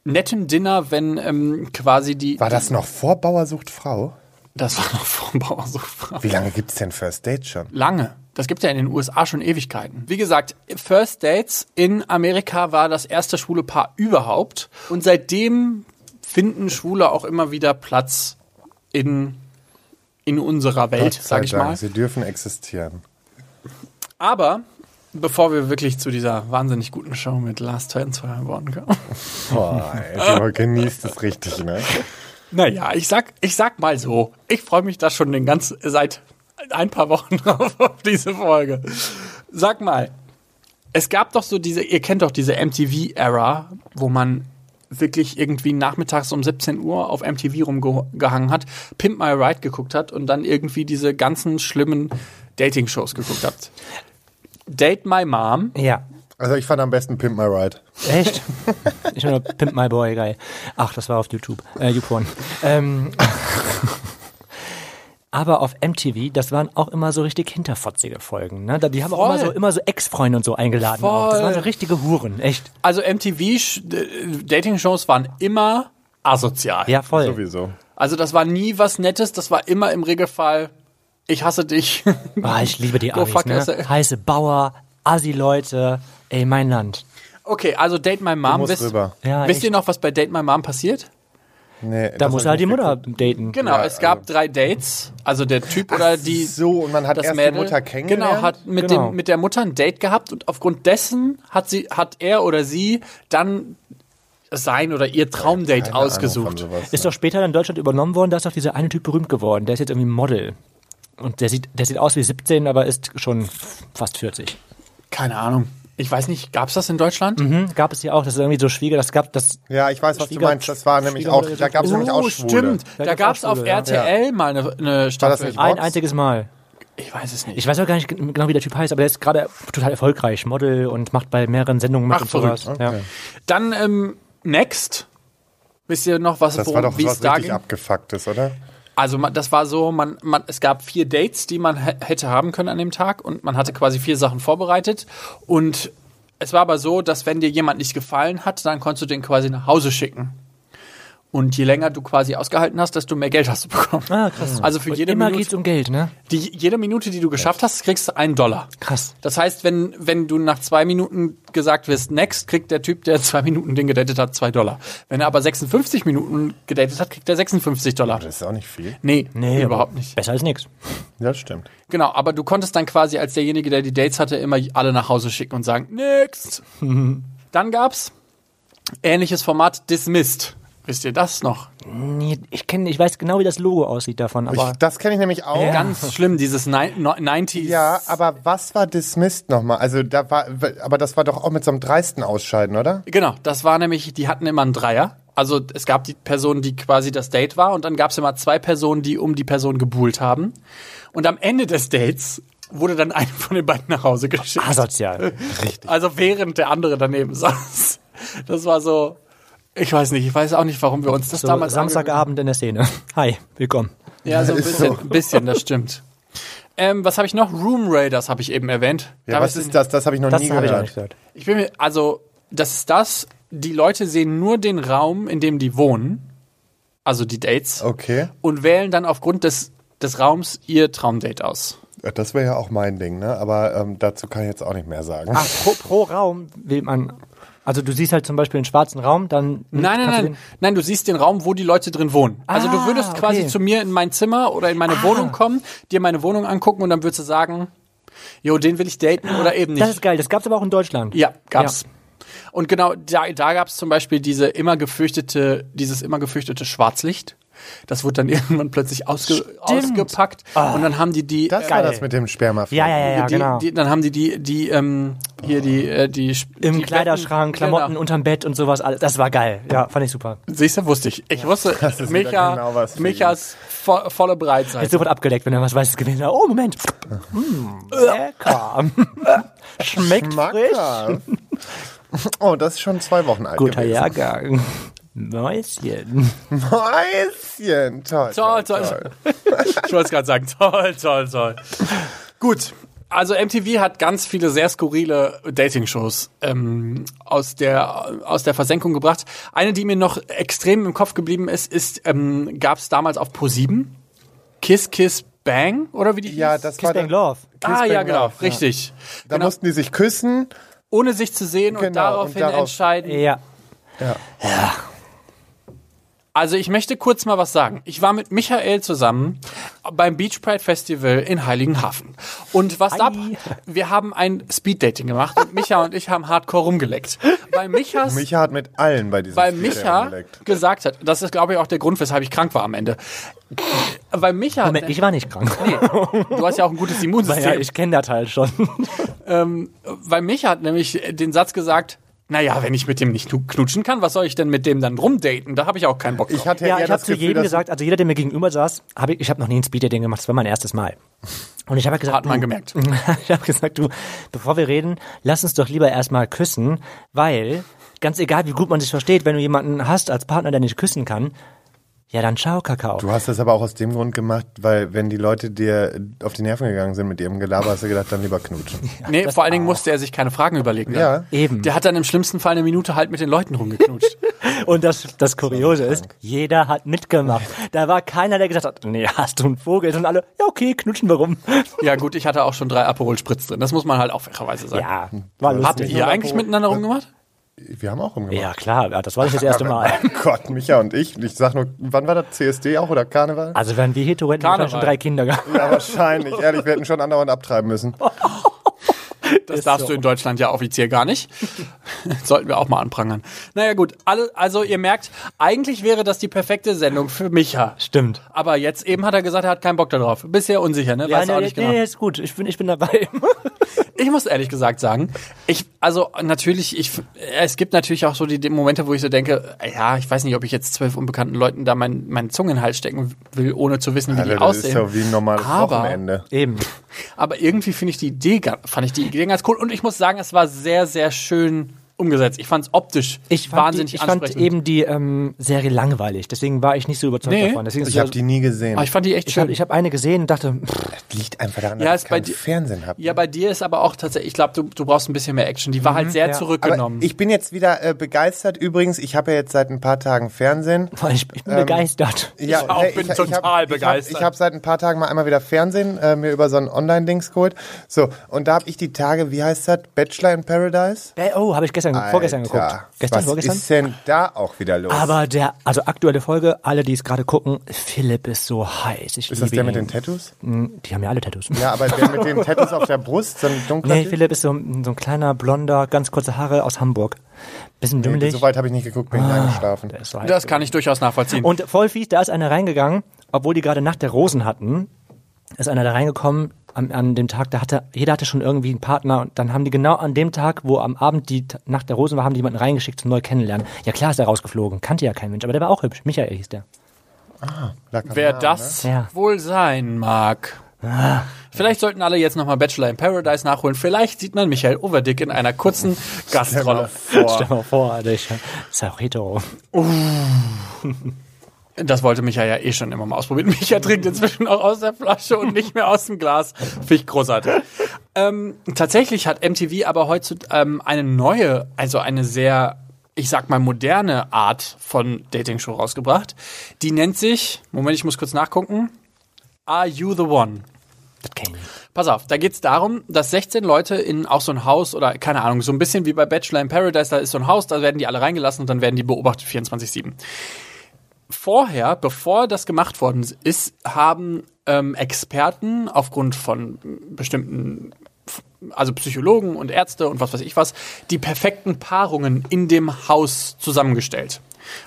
Speaker 1: netten Dinner, wenn ähm, quasi die...
Speaker 2: War das noch vor Bauer sucht Frau?
Speaker 1: Das war noch vor dem Bauer so
Speaker 2: Wie lange gibt's denn First Date schon?
Speaker 1: Lange. Das gibt ja in den USA schon Ewigkeiten. Wie gesagt, First Dates in Amerika war das erste schwule Paar überhaupt. Und seitdem finden Schwule auch immer wieder Platz in, in unserer Welt,
Speaker 2: Gott sei
Speaker 1: sag ich
Speaker 2: Dank,
Speaker 1: mal.
Speaker 2: Sie dürfen existieren.
Speaker 1: Aber bevor wir wirklich zu dieser wahnsinnig guten Show mit Last Turn 2 Worten kommen.
Speaker 2: Boah, ey, Simon genießt es richtig, ne?
Speaker 1: Naja, ich sag, ich sag mal so, ich freue mich da schon den ganzen, seit ein paar Wochen drauf auf diese Folge. Sag mal, es gab doch so diese, ihr kennt doch diese MTV-Era, wo man wirklich irgendwie nachmittags um 17 Uhr auf MTV rumgehangen hat, Pimp My Ride geguckt hat und dann irgendwie diese ganzen schlimmen Dating-Shows geguckt hat. Date My Mom,
Speaker 3: Ja.
Speaker 2: Also ich fand am besten Pimp My Ride.
Speaker 3: Echt? Ich meine, Pimp My Boy, geil. Ach, das war auf YouTube. Äh, YouPorn. Ähm, aber auf MTV, das waren auch immer so richtig hinterfotzige Folgen. Ne? Da- Die haben auch immer
Speaker 1: Voll.
Speaker 3: so, immer so Ex-Freunde und so eingeladen. Auch. Das
Speaker 1: Voll.
Speaker 3: waren so richtige Huren, echt.
Speaker 1: also MTV-Dating-Shows äh, waren immer asozial.
Speaker 3: Ja, voll.
Speaker 2: Sowieso.
Speaker 1: Also das war nie was Nettes, das war immer im Regelfall, ich hasse dich.
Speaker 3: Ah, ich liebe die
Speaker 1: Go
Speaker 3: Amis,
Speaker 1: fuck
Speaker 3: ne?
Speaker 1: yourself.
Speaker 3: Heiße Bauer, Assi-Leute, ey, mein Land.
Speaker 1: Okay, also Date My Mom.
Speaker 2: musst
Speaker 1: Wisst,
Speaker 2: rüber.
Speaker 3: Ja,
Speaker 1: wisst ihr
Speaker 3: echt.
Speaker 1: noch, was bei Date My Mom passiert?
Speaker 2: Nee,
Speaker 3: Da
Speaker 2: das
Speaker 3: muss
Speaker 2: hab
Speaker 3: halt
Speaker 2: ich
Speaker 3: die
Speaker 2: nicht
Speaker 3: Mutter
Speaker 2: geguckt.
Speaker 3: daten.
Speaker 1: Genau,
Speaker 2: Ja,
Speaker 1: es gab
Speaker 2: also-
Speaker 1: drei Dates, also der Typ oder die
Speaker 2: So, und man hat
Speaker 1: das
Speaker 2: erst
Speaker 1: Mädel.
Speaker 2: die Mutter kennengelernt.
Speaker 1: Genau, hat mit,
Speaker 3: Genau.
Speaker 1: Dem, mit der Mutter ein Date gehabt und aufgrund dessen hat sie hat er oder sie dann sein oder ihr Traumdate
Speaker 2: Keine Ahnung von
Speaker 1: ausgesucht.
Speaker 2: sowas.
Speaker 3: Ist doch später dann in Deutschland übernommen worden, da ist doch dieser eine Typ berühmt geworden. Der ist jetzt irgendwie Model. Und der sieht, der sieht aus wie 17, aber ist schon fast 40.
Speaker 1: Keine Ahnung. Ich weiß nicht, gab's das in Deutschland?
Speaker 2: Mhm.
Speaker 3: Hm, gab es hier auch, das ist irgendwie so Schwieger, das gab das.
Speaker 2: Ja, ich weiß, was du
Speaker 3: Schwieger-
Speaker 2: meinst. Das war nämlich auch,
Speaker 3: Schwiegermutter-
Speaker 2: da gab es nämlich auch Schwule.
Speaker 1: stimmt.
Speaker 3: Oh, Da
Speaker 1: Da,
Speaker 3: gab's
Speaker 1: gab's
Speaker 3: auch
Speaker 1: auf
Speaker 3: Schwule, ja.
Speaker 1: RTL mal eine, eine
Speaker 2: das
Speaker 1: Staffel.
Speaker 2: nicht
Speaker 3: Ein
Speaker 2: Box?
Speaker 3: einziges Mal.
Speaker 1: ich weiß es nicht.
Speaker 3: Ich weiß auch gar nicht genau, wie der Typ heißt, aber der ist gerade total erfolgreich. Model und macht bei mehreren Sendungen mit
Speaker 1: Ach,
Speaker 3: und sowas.
Speaker 1: verrückt.
Speaker 3: Ja.
Speaker 1: Dann ähm, Next. Wisst ihr noch, was
Speaker 2: Das
Speaker 1: worum-
Speaker 2: war doch
Speaker 1: wie es
Speaker 2: was
Speaker 1: da
Speaker 2: richtig
Speaker 1: ging?
Speaker 2: abgefucktes, oder?
Speaker 1: Also man, das war so, man, man, es gab vier Dates, die man hä- hätte haben können an dem Tag und man hatte quasi vier Sachen vorbereitet und es war aber so, dass wenn dir jemand nicht gefallen hat, dann konntest du den quasi nach Hause schicken. Und je länger du quasi ausgehalten hast, desto mehr Geld hast du bekommen.
Speaker 3: Ah, krass.
Speaker 1: Also für
Speaker 3: Und
Speaker 1: jede
Speaker 3: immer
Speaker 1: Minute,
Speaker 3: geht's um Geld, ne?
Speaker 1: die, jede Minute, die du geschafft hast, kriegst du einen Dollar.
Speaker 3: Krass.
Speaker 1: Das heißt, wenn, wenn du nach zwei Minuten gesagt wirst, next, kriegt der Typ, der zwei Minuten den gedatet hat, zwei Dollar. Wenn er aber 56 Minuten gedatet hat, kriegt er 56 Dollar.
Speaker 2: Das ist auch nicht viel.
Speaker 1: Nee, nee
Speaker 3: aber
Speaker 1: überhaupt nicht.
Speaker 3: Besser als nix.
Speaker 2: Ja, stimmt.
Speaker 1: Genau, aber du konntest dann quasi als derjenige, der die Dates hatte, immer alle nach Hause schicken und sagen, next. dann gab's ähnliches Format Dismissed. Wisst ihr das noch?
Speaker 3: Nee, ich kenne, ich weiß genau, wie das Logo aussieht davon, aber
Speaker 2: Ich, das kenne ich nämlich auch.
Speaker 1: Ganz schlimm, dieses Ni- no- 90s.
Speaker 2: Ja, aber was war dismissed nochmal? Also da war, aber das war doch auch mit so einem dreisten Ausscheiden, oder?
Speaker 1: Genau, das war nämlich, die hatten immer einen Dreier. Also es gab die Person, die quasi das Date war und dann gab es immer zwei Personen, die um die Person gebuhlt haben. Und am Ende des Dates wurde dann einer von den beiden nach Hause geschickt.
Speaker 2: Ah,
Speaker 3: asozial.
Speaker 1: Also während der andere daneben saß. Das war so, ich weiß nicht, ich weiß auch nicht, warum wir uns das
Speaker 3: So,
Speaker 1: damals
Speaker 3: Samstagabend in der Szene. Hi, willkommen.
Speaker 1: ange- Ja, so ein bisschen,
Speaker 2: so.
Speaker 1: ein bisschen das stimmt. Ähm, was habe ich noch? Room Raiders habe ich eben erwähnt.
Speaker 2: Ja,
Speaker 1: Darf
Speaker 2: was
Speaker 1: ich-
Speaker 2: ist das? Das habe ich noch
Speaker 3: Das
Speaker 2: nie
Speaker 3: habe ich auch nicht
Speaker 2: gehört.
Speaker 3: gehört.
Speaker 1: Ich bin mir, also, das ist das, die Leute sehen nur den Raum, in dem die wohnen, also die Dates,
Speaker 2: okay,
Speaker 1: und wählen dann aufgrund des, des Raums ihr Traumdate aus.
Speaker 2: das wäre ja auch mein Ding, ne? Aber ähm, dazu kann ich jetzt auch nicht mehr sagen.
Speaker 3: Ach, pro, pro Raum wählt man. Also du siehst halt zum Beispiel einen schwarzen Raum, dann.
Speaker 1: Nein, nein,
Speaker 3: kannst du
Speaker 1: nein. Nein, du siehst den Raum, wo die Leute drin wohnen. also du
Speaker 3: Ah,
Speaker 1: würdest quasi
Speaker 3: okay. Ah.
Speaker 1: zu mir in mein Zimmer oder in meine Wohnung kommen, dir meine Wohnung angucken und dann würdest du sagen, jo, den will ich daten oder eben
Speaker 3: Den,
Speaker 1: nicht.
Speaker 3: das ist geil, das gab's aber auch in Deutschland.
Speaker 1: Ja, gab's. Und genau da, da gab's zum Beispiel diese immer gefürchtete, dieses immer gefürchtete Schwarzlicht. Das wurde dann irgendwann plötzlich ausge, ausgepackt und dann haben die die,
Speaker 2: das
Speaker 1: äh,
Speaker 2: war
Speaker 3: geil.
Speaker 2: das mit dem Sperma.
Speaker 3: Ja, ja, ja, ja
Speaker 1: die,
Speaker 3: genau.
Speaker 1: die dann haben die die die ähm, hier die äh, die Genau.
Speaker 3: Im Kleiderschrank, Klamotten,
Speaker 2: genau.
Speaker 3: unterm Bett und sowas. Alles. Das war geil. Ja, fand ich super.
Speaker 1: Siehst du, wusste ich. Ich wusste,
Speaker 2: ist wieder
Speaker 1: Micha,
Speaker 2: genau was für ihn.
Speaker 1: Michas vo volle Breitseite.
Speaker 3: Jetzt sofort abgedeckt, wenn er was Weißes gewesen wäre. Oh, Moment. Mm, lecker. Schmeckt frisch.
Speaker 2: Schmacker. Oh, das ist schon zwei Wochen alt.
Speaker 3: Guter
Speaker 2: gewesen.
Speaker 3: Jahrgang. Mäuschen.
Speaker 2: Mäuschen. Toll.
Speaker 1: Toll, toll, toll. ich wollte es gerade sagen. Toll, toll, toll. Gut. Also MTV hat ganz viele sehr skurrile Dating-Shows ähm, aus, der, aus der Versenkung gebracht. Eine, die mir noch extrem im Kopf geblieben ist, ist ähm, gab es damals auf Pro7 Kiss Kiss Bang oder wie die
Speaker 2: Ja,
Speaker 1: hieß?
Speaker 2: das
Speaker 3: Kiss
Speaker 2: war.
Speaker 3: Bang Love.
Speaker 1: ah
Speaker 2: Kiss
Speaker 1: ja
Speaker 2: Bang
Speaker 1: genau,
Speaker 2: Love, ja.
Speaker 1: richtig.
Speaker 2: Da
Speaker 1: genau.
Speaker 2: mussten die sich küssen.
Speaker 1: Ohne sich zu sehen und
Speaker 2: Genau, und
Speaker 1: daraufhin
Speaker 2: darauf-
Speaker 1: entscheiden.
Speaker 3: Ja.
Speaker 1: Also ich möchte kurz mal was sagen. Ich war mit Michael zusammen beim Beach Pride Festival in Heiligenhafen. Und was ab? Wir haben ein Speeddating gemacht und Micha und ich haben hardcore rumgeleckt. Weil Michas,
Speaker 2: Micha hat mit allen bei diesem
Speaker 1: weil
Speaker 2: Spiel
Speaker 1: Micha
Speaker 2: rumgeleckt.
Speaker 1: gesagt hat, das ist glaube ich auch der Grund, weshalb ich krank war am Ende. Weil Micha,
Speaker 3: Moment, ich war nicht krank.
Speaker 1: du hast ja auch ein gutes Immunsystem.
Speaker 3: Ja, ich kenne das halt schon.
Speaker 1: weil Micha hat nämlich den Satz gesagt, naja, wenn ich mit dem nicht knutschen kann, was soll ich denn mit dem dann rumdaten? Da habe ich auch keinen Bock drauf.
Speaker 2: Ich hatte
Speaker 3: Ja,
Speaker 2: ja,
Speaker 3: ich
Speaker 2: eher
Speaker 3: habe
Speaker 2: das
Speaker 3: zu
Speaker 2: Gefühl,
Speaker 3: jedem
Speaker 2: dass
Speaker 3: gesagt, also jeder, der mir gegenüber saß, hab ich, ich habe noch nie ein Speed-Dating gemacht, das war mein erstes Mal. Und ich habe gesagt,
Speaker 1: Hat man
Speaker 3: du-
Speaker 1: gemerkt.
Speaker 3: ich habe gesagt, du, bevor wir reden, lass uns doch lieber erstmal küssen, weil ganz egal, wie gut man sich versteht, wenn du jemanden hast als Partner, der nicht küssen kann, ja dann ciao Kakao.
Speaker 2: Du hast das aber auch aus dem Grund gemacht, weil wenn die Leute dir auf die Nerven gegangen sind mit ihrem Gelaber, hast du gedacht, dann lieber knutschen.
Speaker 1: Nee, vor allen Dingen musste er sich keine Fragen überlegen.
Speaker 2: Ja.
Speaker 3: Eben.
Speaker 1: Der hat dann im schlimmsten Fall eine Minute halt mit den Leuten rumgeknutscht.
Speaker 3: Und das, das Kuriose ist, jeder hat mitgemacht. Da war keiner, der gesagt hat, nee, hast du einen Vogel, sondern alle, ja okay, knutschen wir rum.
Speaker 1: ja, gut, ich hatte auch schon drei Aperol Spritz drin. Das muss man halt auch fairerweise sagen.
Speaker 3: Ja, war
Speaker 1: Habt
Speaker 3: lustig.
Speaker 1: ihr eigentlich miteinander rumgemacht?
Speaker 2: Wir haben auch rumgemacht.
Speaker 3: Ja klar, ja, das war nicht das erste Mal.
Speaker 2: Mein Gott, Micha und ich. Ich sag nur, wann war das? CSD auch oder Karneval?
Speaker 3: Also wären wir hetero hätten wir wahrscheinlich schon
Speaker 1: Karneval.
Speaker 3: drei Kinder gehabt.
Speaker 2: Ja, wahrscheinlich. Ehrlich, wir hätten schon andauernd abtreiben müssen.
Speaker 1: Das darfst du in Deutschland ja offiziell gar nicht. Sollten wir auch mal anprangern. Naja, gut. Alle, also, ihr merkt, eigentlich wäre das die perfekte Sendung für Micha.
Speaker 3: Stimmt.
Speaker 1: Aber jetzt eben hat er gesagt, er hat keinen Bock darauf. Bisher unsicher, ne? Weiß
Speaker 3: nee,
Speaker 1: auch nicht
Speaker 3: nee,
Speaker 1: genau.
Speaker 3: nee, ist gut. Ich bin, ich bin dabei.
Speaker 1: Ich muss ehrlich gesagt sagen, ich, also natürlich, ich, es gibt natürlich auch so die, die Momente, wo ich so denke, ja, ich weiß nicht, ob ich jetzt zwölf unbekannten Leuten da mein, meine Zunge in den Hals stecken will, ohne zu wissen, wie
Speaker 2: Alter,
Speaker 1: die
Speaker 2: das ist
Speaker 1: aussehen.
Speaker 2: ja wie ein normales
Speaker 1: Aber-
Speaker 2: Wochenende.
Speaker 3: Eben.
Speaker 1: Aber irgendwie finde ich die Idee, ga- fand ich die Idee ganz cool und ich muss sagen, es war sehr, sehr schön umgesetzt. Ich fand es optisch
Speaker 3: Ich fand,
Speaker 1: wahnsinnig
Speaker 3: die, ich
Speaker 1: ansprechend.
Speaker 3: fand eben die ähm, Serie langweilig. Deswegen war ich nicht so überzeugt
Speaker 1: Nee.
Speaker 3: davon. Deswegen ist
Speaker 2: Ich
Speaker 3: es
Speaker 2: habe
Speaker 3: ja-
Speaker 2: die nie gesehen.
Speaker 1: Aber Also Ah, ich fand die echt
Speaker 3: ich hab,
Speaker 1: schön.
Speaker 3: ich hab eine gesehen und dachte, pff,
Speaker 2: das liegt einfach daran,
Speaker 1: Ja,
Speaker 2: dass
Speaker 1: ist
Speaker 2: ich
Speaker 1: bei
Speaker 2: keinen
Speaker 1: dir-
Speaker 2: Fernsehen habe.
Speaker 1: ja, bei dir ist aber auch tatsächlich, ich glaube, du, du brauchst ein bisschen mehr Action. Die war halt sehr
Speaker 3: Mhm. ja.
Speaker 1: zurückgenommen.
Speaker 2: aber ich bin jetzt wieder äh, begeistert. Übrigens, ich habe ja jetzt seit ein paar Tagen Fernsehen.
Speaker 3: ich,
Speaker 2: Ähm,
Speaker 3: ich bin begeistert.
Speaker 2: Ja,
Speaker 1: Ich auch, bin total begeistert.
Speaker 2: Ich habe hab seit ein paar Tagen mal einmal wieder Fernsehen äh, mir über so ein Online-Dings geholt. So, und da habe ich die Tage, wie heißt das? Bachelor in Paradise?
Speaker 3: Äh, Oh, habe ich gestern gestern, vorgestern geguckt.
Speaker 2: Alter,
Speaker 3: Gestern,
Speaker 2: was
Speaker 3: vorgestern?
Speaker 2: ist denn da auch wieder los?
Speaker 3: Aber der, also aktuelle Folge, alle, die es gerade gucken, Philipp ist so heiß.
Speaker 2: ist
Speaker 3: Ich liebe
Speaker 2: das der
Speaker 3: ihn.
Speaker 2: mit den Tattoos?
Speaker 3: Mm, Die haben ja alle Tattoos.
Speaker 2: Ja, aber der mit den Tattoos auf der Brust, so ein dunkler
Speaker 3: Nee,
Speaker 2: Typ?
Speaker 3: Philipp ist so, ein- so ein kleiner, blonder, ganz kurze Haare aus Hamburg. Bisschen
Speaker 2: Nee,
Speaker 3: dümmlich.
Speaker 2: so weit habe ich nicht geguckt, bin ich
Speaker 1: Ah,
Speaker 2: eingeschlafen.
Speaker 3: Der ist so heiß
Speaker 1: Das kann ich durchaus nachvollziehen.
Speaker 3: Und voll fies, da ist einer reingegangen, obwohl die gerade Nacht der Rosen hatten, ist einer da reingekommen an, an dem Tag, da hatte, jeder hatte schon irgendwie einen Partner und dann haben die genau an dem Tag, wo am Abend die T- Nacht der Rosen war, haben die jemanden reingeschickt zum neu kennenlernen. Ja klar ist er rausgeflogen, kannte ja kein Mensch, aber der war auch hübsch, Michael hieß der.
Speaker 2: Lacker
Speaker 1: Wer
Speaker 2: Name, ne?
Speaker 1: das
Speaker 3: Ja.
Speaker 1: wohl sein mag. Vielleicht sollten alle jetzt nochmal Bachelor in Paradise nachholen. Vielleicht sieht man Michael Overdick in einer kurzen Gastrolle.
Speaker 3: Stell dir mal vor, Alter, ich, ist ja auch hetero.
Speaker 1: Das wollte Micha ja eh schon immer mal ausprobieren. Micha trinkt inzwischen auch aus der Flasche und nicht mehr aus dem Glas. Finde ich großartig. Ähm, tatsächlich hat MTV aber heute ähm, eine neue, also eine sehr, ich sag mal, moderne Art von Dating-Show rausgebracht. Die nennt sich, Moment, ich muss kurz nachgucken, Are You the One?
Speaker 3: Das kenn ich.
Speaker 1: Pass auf, da geht's darum, dass 16 Leute in auch so ein Haus oder keine Ahnung, so ein bisschen wie bei Bachelor in Paradise, da ist so ein Haus, da werden die alle reingelassen und dann werden die beobachtet 24/7. Vorher, bevor das gemacht worden ist, haben ähm, Experten aufgrund von bestimmten also Psychologen und Ärzte und was weiß ich was, die perfekten Paarungen in dem Haus zusammengestellt.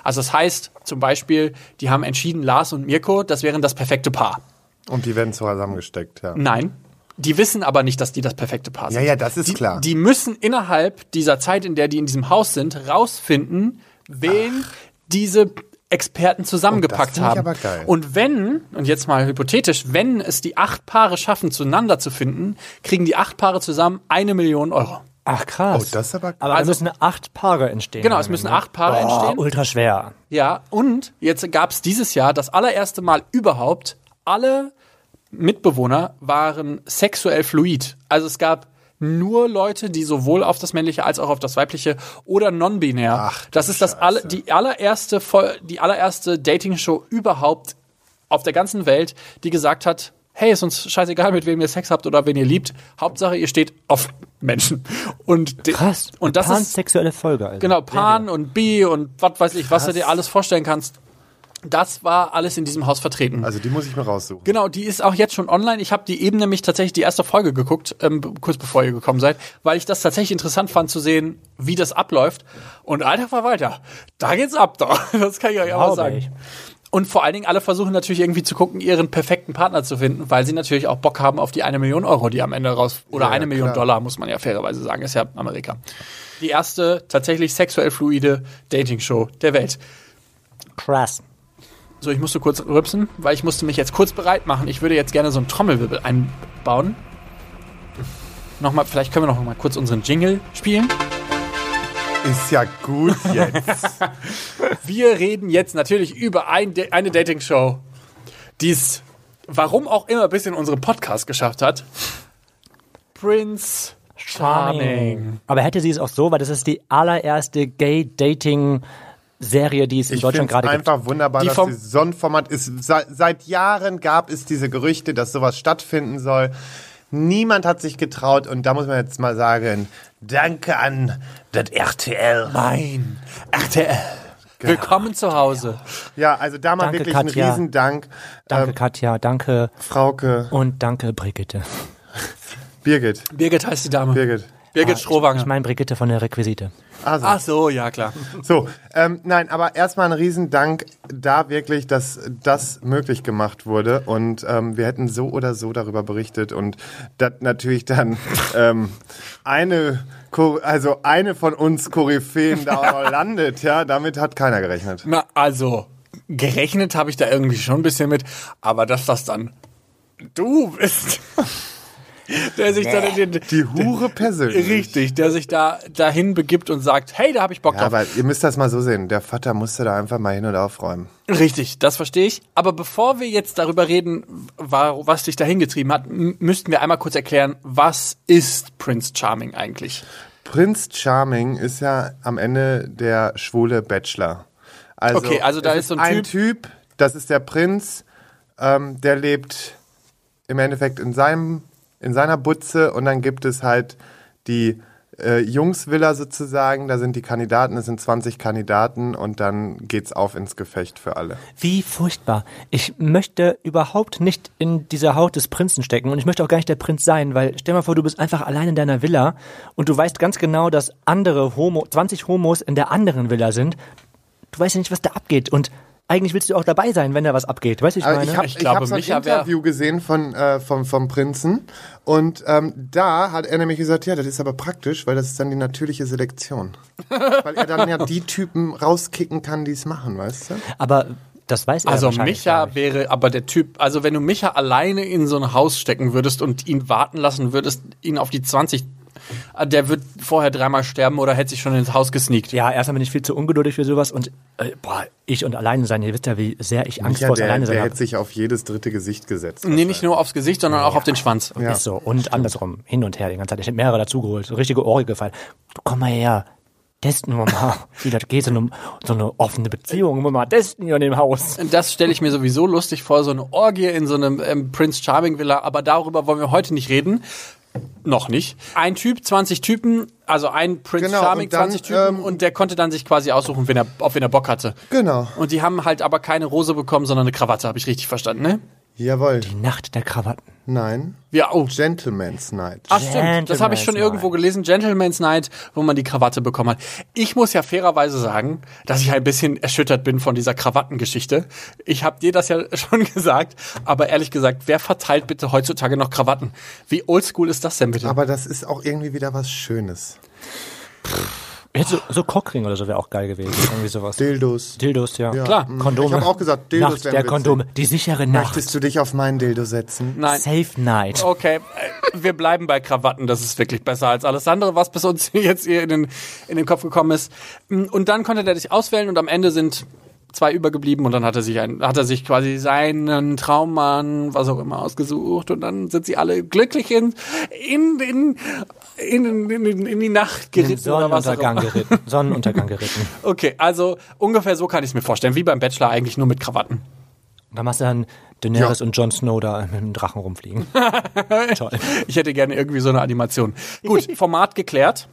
Speaker 1: Also das heißt zum Beispiel, die haben entschieden, Lars und Mirko, das wären das perfekte Paar.
Speaker 2: Und die werden zusammengesteckt, ja.
Speaker 1: Nein. Die wissen aber nicht, dass die das perfekte Paar sind.
Speaker 2: Ja, ja, das ist
Speaker 1: die,
Speaker 2: klar.
Speaker 1: Die müssen innerhalb dieser Zeit, in der die in diesem Haus sind, rausfinden, wen diese Experten
Speaker 2: Oh, das
Speaker 1: zusammengepackt
Speaker 2: find ich
Speaker 1: haben.
Speaker 2: aber geil.
Speaker 1: Und wenn, und jetzt mal hypothetisch, wenn es die acht Paare schaffen, zueinander zu finden, kriegen die acht Paare zusammen eine Million Euro.
Speaker 3: Ach krass.
Speaker 2: Oh, das ist aber-
Speaker 3: aber
Speaker 1: Also-
Speaker 3: es müssen acht Paare entstehen.
Speaker 1: Genau, es müssen acht Paare
Speaker 3: Ah,
Speaker 1: entstehen.
Speaker 3: ultra schwer.
Speaker 1: Ja, und jetzt gab es dieses Jahr das allererste Mal überhaupt, alle Mitbewohner waren sexuell fluid. Also es gab nur Leute, die sowohl auf das männliche als auch auf das weibliche oder non-binär.
Speaker 2: Ach, du
Speaker 1: das ist das alle,
Speaker 2: Scheiße.
Speaker 1: die allererste Vol- die allererste Dating Show überhaupt auf der ganzen Welt, die gesagt hat, hey, ist uns scheißegal, mit wem ihr Sex habt oder wen ihr liebt, Hauptsache ihr steht auf Menschen. Und de-
Speaker 3: Krass.
Speaker 1: Und das ist
Speaker 3: pansexuelle Folge. Also.
Speaker 1: Genau, Pan und Bi und was weiß ich, was du dir alles vorstellen kannst. Das war alles in diesem Haus vertreten.
Speaker 2: Also die muss ich mir raussuchen.
Speaker 1: genau, die ist auch jetzt schon online. Ich habe die eben nämlich tatsächlich die erste Folge geguckt, ähm, b- kurz bevor ihr gekommen seid, weil ich das tatsächlich interessant fand zu sehen, wie das abläuft. Und alter Verwalter, da geht's ab, doch. Das kann ich euch auch mal
Speaker 3: Glaube
Speaker 1: sagen.
Speaker 3: ich.
Speaker 1: Und vor allen Dingen, alle versuchen natürlich irgendwie zu gucken, ihren perfekten Partner zu finden, weil sie natürlich auch Bock haben auf die eine Million Euro, die am Ende raus, oder
Speaker 2: Ja,
Speaker 1: eine
Speaker 2: ja,
Speaker 1: Million
Speaker 2: klar.
Speaker 1: Dollar, muss man ja fairerweise sagen, ist ja Amerika. Die erste tatsächlich sexuell fluide Dating-Show der Welt.
Speaker 3: Krass.
Speaker 1: So, ich musste kurz rübsen, weil ich musste mich jetzt kurz bereit machen. Ich würde jetzt gerne so einen Trommelwirbel einbauen. Nochmal, vielleicht können wir noch mal kurz unseren Jingle spielen.
Speaker 2: Ist ja gut jetzt.
Speaker 1: Wir reden jetzt natürlich über ein, Da- eine Dating-Show, die es, warum auch immer, bis in unseren Podcast geschafft hat. Prince Charming.
Speaker 3: Aber hätte sie es auch so, weil das ist die allererste Gay-Dating-Serie, die es in
Speaker 2: Ich finde
Speaker 3: Deutschland
Speaker 2: es
Speaker 3: gerade gibt.
Speaker 2: einfach äh, wunderbar,
Speaker 1: Die
Speaker 2: dass
Speaker 1: vom-
Speaker 2: dieses Sonnenformat ist. Seit, seit Jahren gab es diese Gerüchte, dass sowas stattfinden soll. Niemand hat sich getraut und da muss man jetzt mal sagen, danke an das RTL.
Speaker 1: Mein RTL. Willkommen zu Hause.
Speaker 2: Ja, also da mal
Speaker 3: Danke,
Speaker 2: wirklich
Speaker 3: Katja.
Speaker 2: einen Riesendank.
Speaker 3: Danke, Katja, danke
Speaker 2: Frauke,
Speaker 3: und danke, Brigitte.
Speaker 2: Birgit,
Speaker 1: Birgit heißt die Dame. Ah, Birgit,
Speaker 2: Birgit.
Speaker 1: Strohwanger.
Speaker 3: Ich meine Brigitte von der Requisite.
Speaker 2: Also,
Speaker 1: Ach so, ja klar.
Speaker 2: So, ähm, nein, aber erstmal ein Riesendank da wirklich, dass das möglich gemacht wurde. Und ähm, wir hätten so oder so darüber berichtet und das natürlich dann ähm, eine, Ko- also eine von uns Koryphäen da auch noch landet. Ja, damit hat keiner gerechnet.
Speaker 1: Na, also, gerechnet habe ich da irgendwie schon ein bisschen mit, aber dass das dann du bist, der sich dann in den.
Speaker 2: Die Hure persönlich.
Speaker 1: Richtig, der sich da dahin begibt und sagt, hey, da habe ich Bock
Speaker 2: Ja,
Speaker 1: drauf.
Speaker 2: aber ihr müsst das mal so sehen. Der Vater musste da einfach mal hin und aufräumen.
Speaker 1: Richtig, das verstehe ich. Aber bevor wir jetzt darüber reden, wa- was dich dahin getrieben hat, m- müssten wir einmal kurz erklären, was ist Prince Charming eigentlich?
Speaker 2: Prinz Charming ist ja am Ende der schwule Bachelor. Also,
Speaker 1: Okay, also da
Speaker 2: es
Speaker 1: ist so ein
Speaker 2: ein typ. das ist der Prinz, ähm, der lebt im Endeffekt in, seinem, in seiner Butze und dann gibt es halt die äh, Jungsvilla sozusagen. Da sind die Kandidaten, es sind 20 Kandidaten und dann geht's auf ins Gefecht für alle.
Speaker 3: Wie furchtbar. Ich möchte überhaupt nicht in dieser Haut des Prinzen stecken und ich möchte auch gar nicht der Prinz sein, weil stell mal vor, du bist einfach allein in deiner Villa und du weißt ganz genau, dass andere Homo, 20 Homos in der anderen Villa sind. Du weißt ja nicht, was da abgeht und eigentlich willst du auch dabei sein, wenn da was abgeht. Weißt du, ich
Speaker 2: Aber
Speaker 3: meine?
Speaker 2: ich habe
Speaker 1: Ich
Speaker 2: ich
Speaker 1: glaube,
Speaker 2: hab so ein
Speaker 1: Micha wär-
Speaker 2: Interview gesehen von, äh, vom, vom Prinzen und ähm, da hat er nämlich gesagt, ja, das ist aber praktisch, weil das ist dann die natürliche Selektion. weil er dann ja die Typen rauskicken kann, die es machen, weißt du?
Speaker 3: Aber das weiß er
Speaker 1: Also
Speaker 3: wahrscheinlich
Speaker 1: Micha
Speaker 3: gar nicht.
Speaker 1: wäre aber der Typ, also wenn du Micha alleine in so ein Haus stecken würdest und ihn warten lassen würdest, ihn auf die 20, äh, der wird vorher dreimal sterben oder hätte sich schon ins Haus gesneakt.
Speaker 3: Ja, erstmal bin ich viel zu ungeduldig für sowas und äh, boah, ich und alleine sein, ihr wisst ja, wie sehr ich Angst
Speaker 2: Micha,
Speaker 3: vor
Speaker 2: der,
Speaker 3: alleine sein
Speaker 2: der
Speaker 3: habe.
Speaker 2: hätte sich auf jedes dritte Gesicht gesetzt.
Speaker 1: Nee, nicht nur aufs Gesicht, sondern auch auf den Schwanz.
Speaker 2: Ja.
Speaker 3: Ist so. Und andersrum, hin und her die ganze Zeit. Ich hätte mehrere dazugeholt, so richtige Ohrige gefallen. Du komm mal her, testen wir mal, wie das geht, so eine, so eine offene Beziehung, wir mal testen hier in dem Haus.
Speaker 1: Das stelle ich mir sowieso lustig vor, so eine Orgie in so einem ähm, Prince Charming Villa, aber darüber wollen wir heute nicht reden. Noch nicht. Ein Typ, 20 Typen, also ein Prince
Speaker 2: Genau,
Speaker 1: Charming,
Speaker 2: und dann,
Speaker 1: 20 Typen
Speaker 2: ähm,
Speaker 1: und der konnte dann sich quasi aussuchen, wen er, auf wen er Bock hatte.
Speaker 2: Genau.
Speaker 1: Und die haben halt aber keine Rose bekommen, sondern eine Krawatte, habe ich richtig verstanden, ne?
Speaker 2: Jawohl.
Speaker 3: Nacht der Krawatten.
Speaker 2: Nein.
Speaker 1: Ja, oh.
Speaker 2: Gentleman's Night.
Speaker 1: Ach stimmt, das habe ich
Speaker 3: Gentleman's
Speaker 1: schon
Speaker 3: Night.
Speaker 1: irgendwo gelesen, Gentleman's Night, wo man die Krawatte bekommen hat. Ich muss ja fairerweise sagen, dass ich ein bisschen erschüttert bin von dieser Krawattengeschichte. Ich habe dir das ja schon gesagt, aber ehrlich gesagt, wer verteilt bitte heutzutage noch Krawatten? Wie oldschool ist das denn bitte?
Speaker 2: Aber das ist auch irgendwie wieder was Schönes.
Speaker 3: Jetzt so, so Cockring oder so wäre auch geil gewesen, irgendwie sowas.
Speaker 2: Dildos.
Speaker 3: Dildos, ja.
Speaker 1: Klar.
Speaker 3: Kondome.
Speaker 2: Ich hab auch gesagt, Dildos
Speaker 3: Nacht
Speaker 2: wären
Speaker 3: der
Speaker 2: witzig.
Speaker 3: Kondome, die sichere Nacht.
Speaker 2: Möchtest du dich auf meinen Dildo setzen?
Speaker 1: Nein.
Speaker 3: Safe Night.
Speaker 1: Okay, äh, wir bleiben bei Krawatten. Das ist wirklich besser als alles andere, was bis uns jetzt hier in den, in den Kopf gekommen ist. Mm, Und dann konnte der dich auswählen und am Ende sind zwei übergeblieben und dann hat er sich ein, hat er sich quasi seinen Traummann, was auch immer, ausgesucht und dann sind sie alle glücklich in, in, in, in, in, in, in die Nacht
Speaker 3: In
Speaker 1: geritten oder was auch
Speaker 3: Sonnenuntergang
Speaker 1: immer.
Speaker 3: geritten. Sonnenuntergang geritten.
Speaker 1: Okay, also ungefähr so kann ich es mir vorstellen, wie beim Bachelor eigentlich nur mit Krawatten.
Speaker 3: Da machst du dann Daenerys und Jon Snow da mit dem Drachen rumfliegen. Toll.
Speaker 1: Ich hätte gerne irgendwie so eine Animation. Gut, Format geklärt.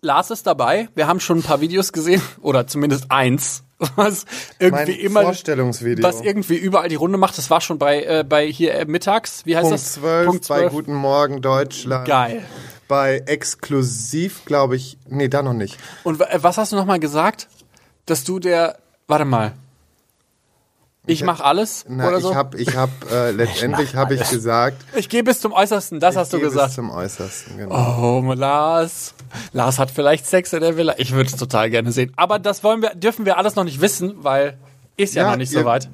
Speaker 1: Lars ist dabei. Wir haben schon ein paar Videos gesehen oder zumindest eins, was
Speaker 2: Mein
Speaker 1: irgendwie immer
Speaker 2: Vorstellungsvideo.
Speaker 1: was irgendwie überall die Runde macht. Das war schon bei äh, bei hier äh, mittags. Wie heißt
Speaker 2: Punkt
Speaker 1: das?
Speaker 2: 12, bei
Speaker 1: 12.
Speaker 2: Guten Morgen Deutschland.
Speaker 1: Geil.
Speaker 2: Bei Exklusiv, glaube ich. Nee, da noch nicht.
Speaker 1: Und wa- äh, was hast du noch mal gesagt, dass du der Warte mal. Ich mach alles
Speaker 2: Na,
Speaker 1: oder so.
Speaker 2: ich habe ich hab, äh, letztendlich habe ich gesagt,
Speaker 1: ich gehe bis zum äußersten, das hast du
Speaker 2: geh
Speaker 1: gesagt.
Speaker 2: bis zum Äußersten. Genau.
Speaker 1: Oh, Lars. Lars hat vielleicht Sex in der Villa. Ich würde es total gerne sehen. Aber das wollen wir, dürfen wir alles noch nicht wissen, weil ist ja,
Speaker 2: Ja,
Speaker 1: noch nicht
Speaker 2: ihr-
Speaker 1: so weit.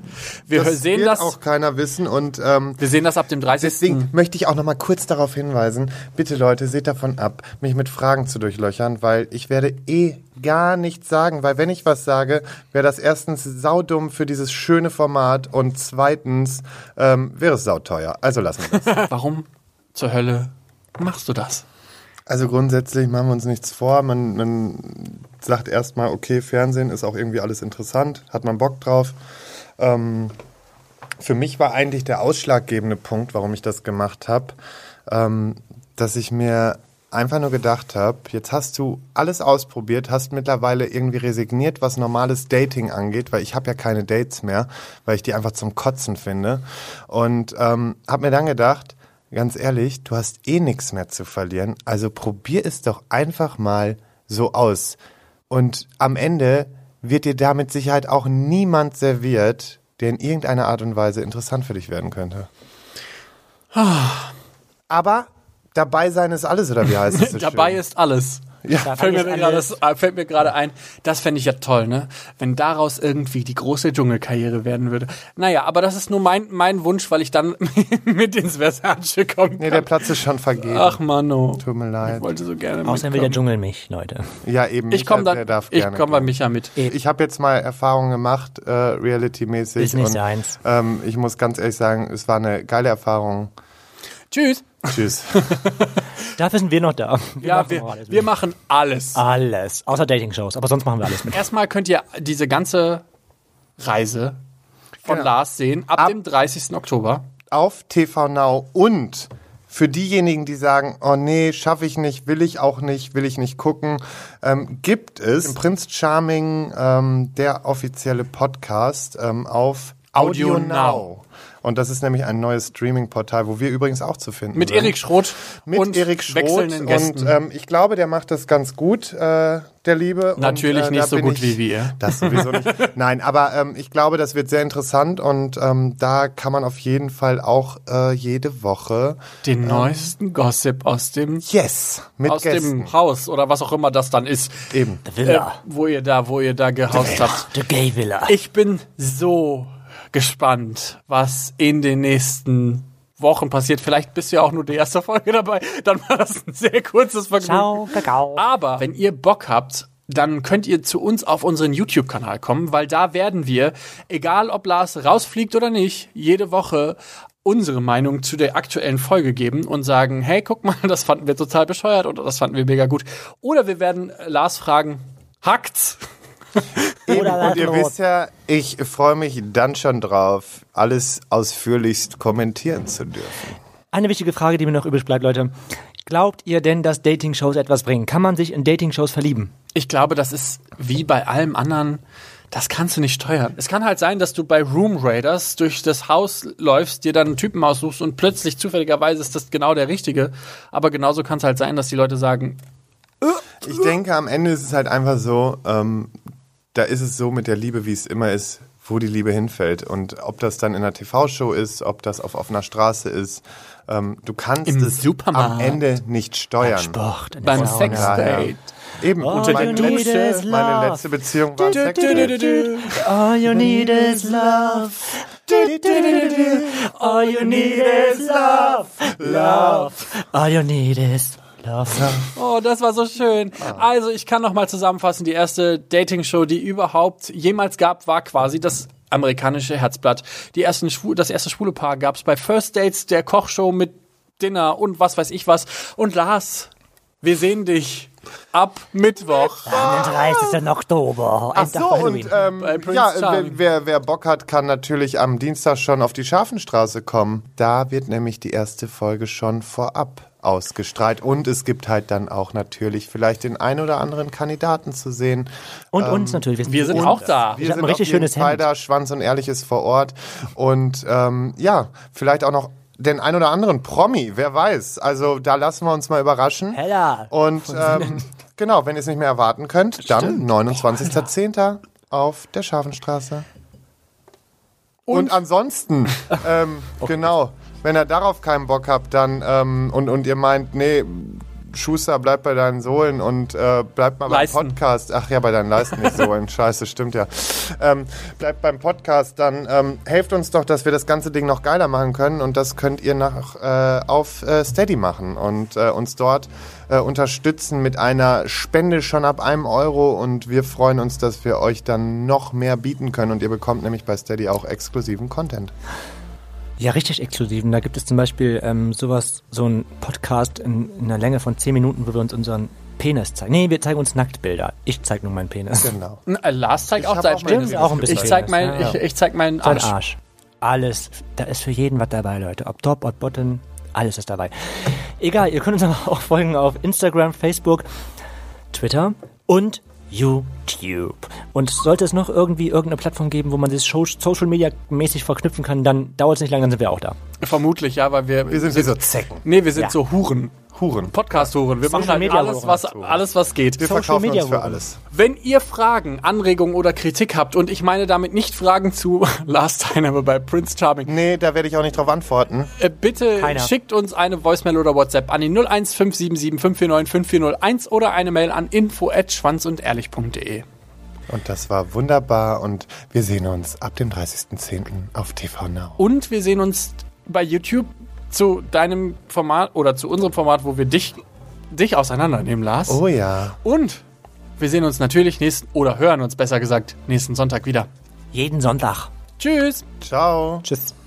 Speaker 1: Wir
Speaker 2: das
Speaker 1: sehen
Speaker 2: wird
Speaker 1: das. Hm.
Speaker 2: auch keiner wissen und ähm,
Speaker 1: wir sehen das ab dem 30.
Speaker 2: deswegen möchte ich auch noch mal kurz darauf hinweisen, bitte Leute, seht davon ab, mich mit Fragen zu durchlöchern, weil ich werde eh gar nichts sagen, weil wenn ich was sage, wäre das erstens saudumm für dieses schöne Format und zweitens ähm, wäre es sauteuer. Also lassen wir das.
Speaker 1: Warum zur Hölle machst du das?
Speaker 2: Also grundsätzlich machen wir uns nichts vor. Man, man sagt erstmal, okay, Fernsehen ist auch irgendwie alles interessant, hat man Bock drauf. Ähm, für mich war eigentlich der ausschlaggebende Punkt, warum ich das gemacht habe, ähm, dass ich mir einfach nur gedacht habe, jetzt hast du alles ausprobiert, hast mittlerweile irgendwie resigniert, was normales Dating angeht, weil ich habe ja keine Dates mehr, weil ich die einfach zum Kotzen finde. Und ähm, habe mir dann gedacht, ganz ehrlich, du hast eh nichts mehr zu verlieren, also probier es doch einfach mal so aus. Und am Ende wird dir da mit Sicherheit auch niemand serviert, der in irgendeiner Art und Weise interessant für dich werden könnte. Aber dabei sein ist alles, oder wie heißt es so
Speaker 1: Dabei
Speaker 2: schön?
Speaker 1: ist alles.
Speaker 2: Ja.
Speaker 1: Fällt mir,
Speaker 3: ist
Speaker 1: gerade,
Speaker 3: alles.
Speaker 1: das, äh, fällt mir gerade ein, das fände ich ja toll, ne? Wenn daraus irgendwie die große Dschungelkarriere werden würde. Naja, aber das ist nur mein, mein Wunsch, weil ich dann mit ins Versace kommen
Speaker 2: Nee,
Speaker 1: kann.
Speaker 2: der Platz ist schon vergeben.
Speaker 1: Ach, Mano.
Speaker 2: Tut mir leid.
Speaker 1: Ich wollte so gerne
Speaker 3: Außerdem will der Dschungel mich, Leute.
Speaker 2: Ja, eben.
Speaker 1: Ich komme
Speaker 2: Michael,
Speaker 1: dann,
Speaker 2: der darf
Speaker 1: ich
Speaker 2: gerne
Speaker 1: komme bei
Speaker 2: kommen.
Speaker 1: Micha mit.
Speaker 2: Ich habe jetzt mal Erfahrungen gemacht, äh, reality-mäßig.
Speaker 3: Ist nicht
Speaker 2: und,
Speaker 3: seins.
Speaker 2: Ähm, ich muss ganz ehrlich sagen, es war eine geile Erfahrung.
Speaker 1: Tschüss.
Speaker 2: Tschüss.
Speaker 3: Dafür sind wir noch da. Wir
Speaker 1: Ja,
Speaker 3: machen
Speaker 1: wir,
Speaker 3: auch alles Ah.
Speaker 1: wir machen alles.
Speaker 3: Alles. Außer Dating-Shows. Aber sonst machen wir alles mit.
Speaker 1: Erstmal könnt ihr diese ganze Reise von
Speaker 2: Genau.
Speaker 1: Lars sehen ab,
Speaker 2: Ab-
Speaker 1: dem 30. Oktober.
Speaker 2: Auf TV Now und für diejenigen, die sagen, oh nee, schaffe ich nicht, will ich auch nicht, will ich nicht gucken, ähm, gibt es Prinz Charming, ähm, der offizielle Podcast ähm, auf Audio,
Speaker 1: Audio
Speaker 2: Now.
Speaker 1: Now.
Speaker 2: Und das ist nämlich ein neues Streaming-Portal, wo wir übrigens auch zu finden
Speaker 1: Mit
Speaker 2: sind.
Speaker 1: Erik Schroth
Speaker 2: mit
Speaker 1: und
Speaker 2: Erik Schroth
Speaker 1: wechselnden Gästen.
Speaker 2: und ähm, ich glaube, der macht das ganz gut, äh, der Liebe.
Speaker 1: Natürlich
Speaker 2: und, äh,
Speaker 1: nicht
Speaker 2: da
Speaker 1: so
Speaker 2: bin
Speaker 1: gut
Speaker 2: ich,
Speaker 1: wie wir.
Speaker 2: Das sowieso nicht. Nein, aber ähm, ich glaube, das wird sehr interessant und ähm, da kann man auf jeden Fall auch äh, jede Woche
Speaker 1: den neuesten Gossip aus dem
Speaker 2: Yes mit
Speaker 1: aus
Speaker 2: Gästen.
Speaker 1: dem Haus oder was auch immer das dann ist,
Speaker 2: Eben.
Speaker 1: äh,
Speaker 3: Villa.
Speaker 1: wo ihr da, wo ihr da gehaust habt.
Speaker 3: The Gay Villa.
Speaker 1: Ich bin so gespannt, was in den nächsten Wochen passiert. Vielleicht bist du ja auch nur die erste Folge dabei. Dann war das ein sehr kurzes Vergnügen.
Speaker 3: Ciao, Kakao.
Speaker 1: Aber wenn ihr Bock habt, dann könnt ihr zu uns auf unseren YouTube-Kanal kommen, weil da werden wir, egal ob Lars rausfliegt oder nicht, jede Woche unsere Meinung zu der aktuellen Folge geben und sagen, hey, guck mal, das fanden wir total bescheuert oder das fanden wir mega gut. Oder wir werden Lars fragen, hackt's?
Speaker 2: Eben.
Speaker 3: Oder
Speaker 2: Und ihr
Speaker 3: Landlord.
Speaker 2: wisst ja, ich freue mich dann schon drauf, alles ausführlichst kommentieren zu dürfen.
Speaker 3: Eine wichtige Frage, die mir noch übrig bleibt, Leute. Glaubt ihr denn, dass Dating-Shows etwas bringen? Kann man sich in Dating-Shows verlieben?
Speaker 1: Ich glaube, das ist wie bei allem anderen, das kannst du nicht steuern. Es kann halt sein, dass du bei Room Raiders durch das Haus läufst, dir dann einen Typen aussuchst und plötzlich zufälligerweise ist das genau der Richtige. Aber genauso kann es halt sein, dass die Leute sagen,
Speaker 2: Ich denke, am Ende ist es halt einfach so, ähm, da ist es so mit der Liebe, wie es immer ist, wo die Liebe hinfällt. Und ob das dann in einer TV-Show ist, ob das auf offener Straße ist, ähm, du kannst
Speaker 1: Im
Speaker 2: es
Speaker 1: Supermarkt.
Speaker 2: am Ende nicht steuern.
Speaker 3: Sport. in der
Speaker 1: beim
Speaker 3: Sauna.
Speaker 1: Sexdate.
Speaker 2: Eben, und
Speaker 3: you
Speaker 2: meine
Speaker 3: need
Speaker 2: letzte,
Speaker 3: is
Speaker 2: meine
Speaker 3: love.
Speaker 2: letzte Beziehung war ein
Speaker 3: Du, du,
Speaker 2: Sexdate.
Speaker 1: du.
Speaker 3: All you need is love. Du, du, du, du. All you need is love. Love. All you need is love.
Speaker 1: Oh, das war so schön. Also, ich kann noch mal zusammenfassen, die erste Dating-Show, die überhaupt jemals gab, war quasi das amerikanische Herzblatt. Die ersten Schwu das erste schwule Paar gab es bei First Dates, der Kochshow mit Dinner und was weiß ich was. Und Lars, wir sehen dich ab Mittwoch.
Speaker 3: Am 30. Oktober. Ein
Speaker 2: Ach so, und ähm,
Speaker 1: Bei Prince
Speaker 2: ja,
Speaker 1: Charming.
Speaker 2: wer, wer, wer Bock hat, kann natürlich am Dienstag schon auf die Schafenstraße kommen. Da wird nämlich die erste Folge schon vorab ausgestrahlt. Und es gibt halt dann auch natürlich vielleicht den ein oder anderen Kandidaten zu sehen.
Speaker 3: und uns natürlich.
Speaker 1: ähm, wir sind auch da.
Speaker 3: Ich hab ein richtig
Speaker 2: auf jeden
Speaker 3: schönes
Speaker 2: Fall
Speaker 3: Hemd.
Speaker 2: da, Schwanz und Ehrlich ist vor Ort. Und ähm, ja, vielleicht auch noch den ein oder anderen Promi, wer weiß. Also da lassen wir uns mal überraschen.
Speaker 3: Hella.
Speaker 2: Und ähm, genau, wenn ihr es nicht mehr erwarten könnt, dann 29.10. auf der Schafenstraße. Und, ansonsten, ähm, genau, wenn ihr darauf keinen Bock habt, dann ähm, und, und ihr meint, nee, Schuster, bleib bei deinen Sohlen und äh, bleib mal beim
Speaker 1: Leisten.
Speaker 2: Podcast. Ach ja, bei deinen Leisten nicht Sohlen. Scheiße, stimmt ja. Ähm, bleibt beim Podcast, dann ähm, helft uns doch, dass wir das ganze Ding noch geiler machen können und das könnt ihr nach, äh, auf äh, Steady machen und äh, uns dort äh, unterstützen mit einer Spende schon ab einem Euro und wir freuen uns, dass wir euch dann noch mehr bieten können und ihr bekommt nämlich bei Steady auch exklusiven Content.
Speaker 3: Ja, richtig exklusiven. Da gibt es zum Beispiel ähm, sowas, so einen Podcast in, in einer Länge von 10 Minuten, wo wir uns unseren Penis zeigen. Nee, wir zeigen uns Nacktbilder. Ich zeige nur meinen Penis.
Speaker 2: Genau.
Speaker 1: Äh, Lars zeigt
Speaker 2: hab
Speaker 1: auch sein
Speaker 2: auch meine
Speaker 1: Stimmt.
Speaker 2: Videos
Speaker 3: Auch ein bisschen
Speaker 1: Ich zeig,
Speaker 3: Penis,
Speaker 1: mein,
Speaker 3: ja.
Speaker 1: ich, ich zeig meinen
Speaker 3: Sein
Speaker 1: Arsch.
Speaker 3: Arsch. Alles. Da ist für jeden was dabei, Leute. Ob Top, ob Bottom, alles ist dabei. Egal, ihr könnt uns aber auch folgen auf Instagram, Facebook, Twitter und YouTube. Und sollte es noch irgendwie irgendeine Plattform geben, wo man sich so- Social Media mäßig verknüpfen kann, dann dauert es nicht lange, dann sind wir auch da.
Speaker 1: Vermutlich, ja, weil wir.
Speaker 2: Wir sind wie so Zecken.
Speaker 1: Nee, wir sind
Speaker 3: Ja.
Speaker 1: so Huren.
Speaker 2: Huren.
Speaker 1: Podcast-Huren. Wir machen halt
Speaker 3: Media
Speaker 1: alles
Speaker 3: Huren.
Speaker 1: was, alles, was geht.
Speaker 2: Wir
Speaker 3: Social
Speaker 2: verkaufen
Speaker 3: Media
Speaker 2: uns für
Speaker 3: Huren.
Speaker 2: alles.
Speaker 1: Wenn ihr Fragen, Anregungen oder Kritik habt, und ich meine damit nicht Fragen zu Last Teilnahme bei Prince Charming,
Speaker 2: Nee, da werde ich auch nicht drauf antworten.
Speaker 1: äh, bitte
Speaker 3: Keiner.
Speaker 1: schickt uns eine Voicemail oder WhatsApp an die 01577 549 5401 oder eine Mail an info at schwanzundehrlich.de.
Speaker 2: Und das war wunderbar und wir sehen uns ab dem 30.10. auf TV Now.
Speaker 1: Und wir sehen uns bei YouTube zu deinem Format oder zu unserem Format, wo wir dich, dich auseinandernehmen, Lars.
Speaker 2: Oh ja.
Speaker 1: Und wir sehen uns natürlich nächsten, oder hören uns besser gesagt, nächsten Sonntag wieder.
Speaker 3: Jeden Sonntag.
Speaker 1: Tschüss!
Speaker 2: Ciao.
Speaker 3: Tschüss.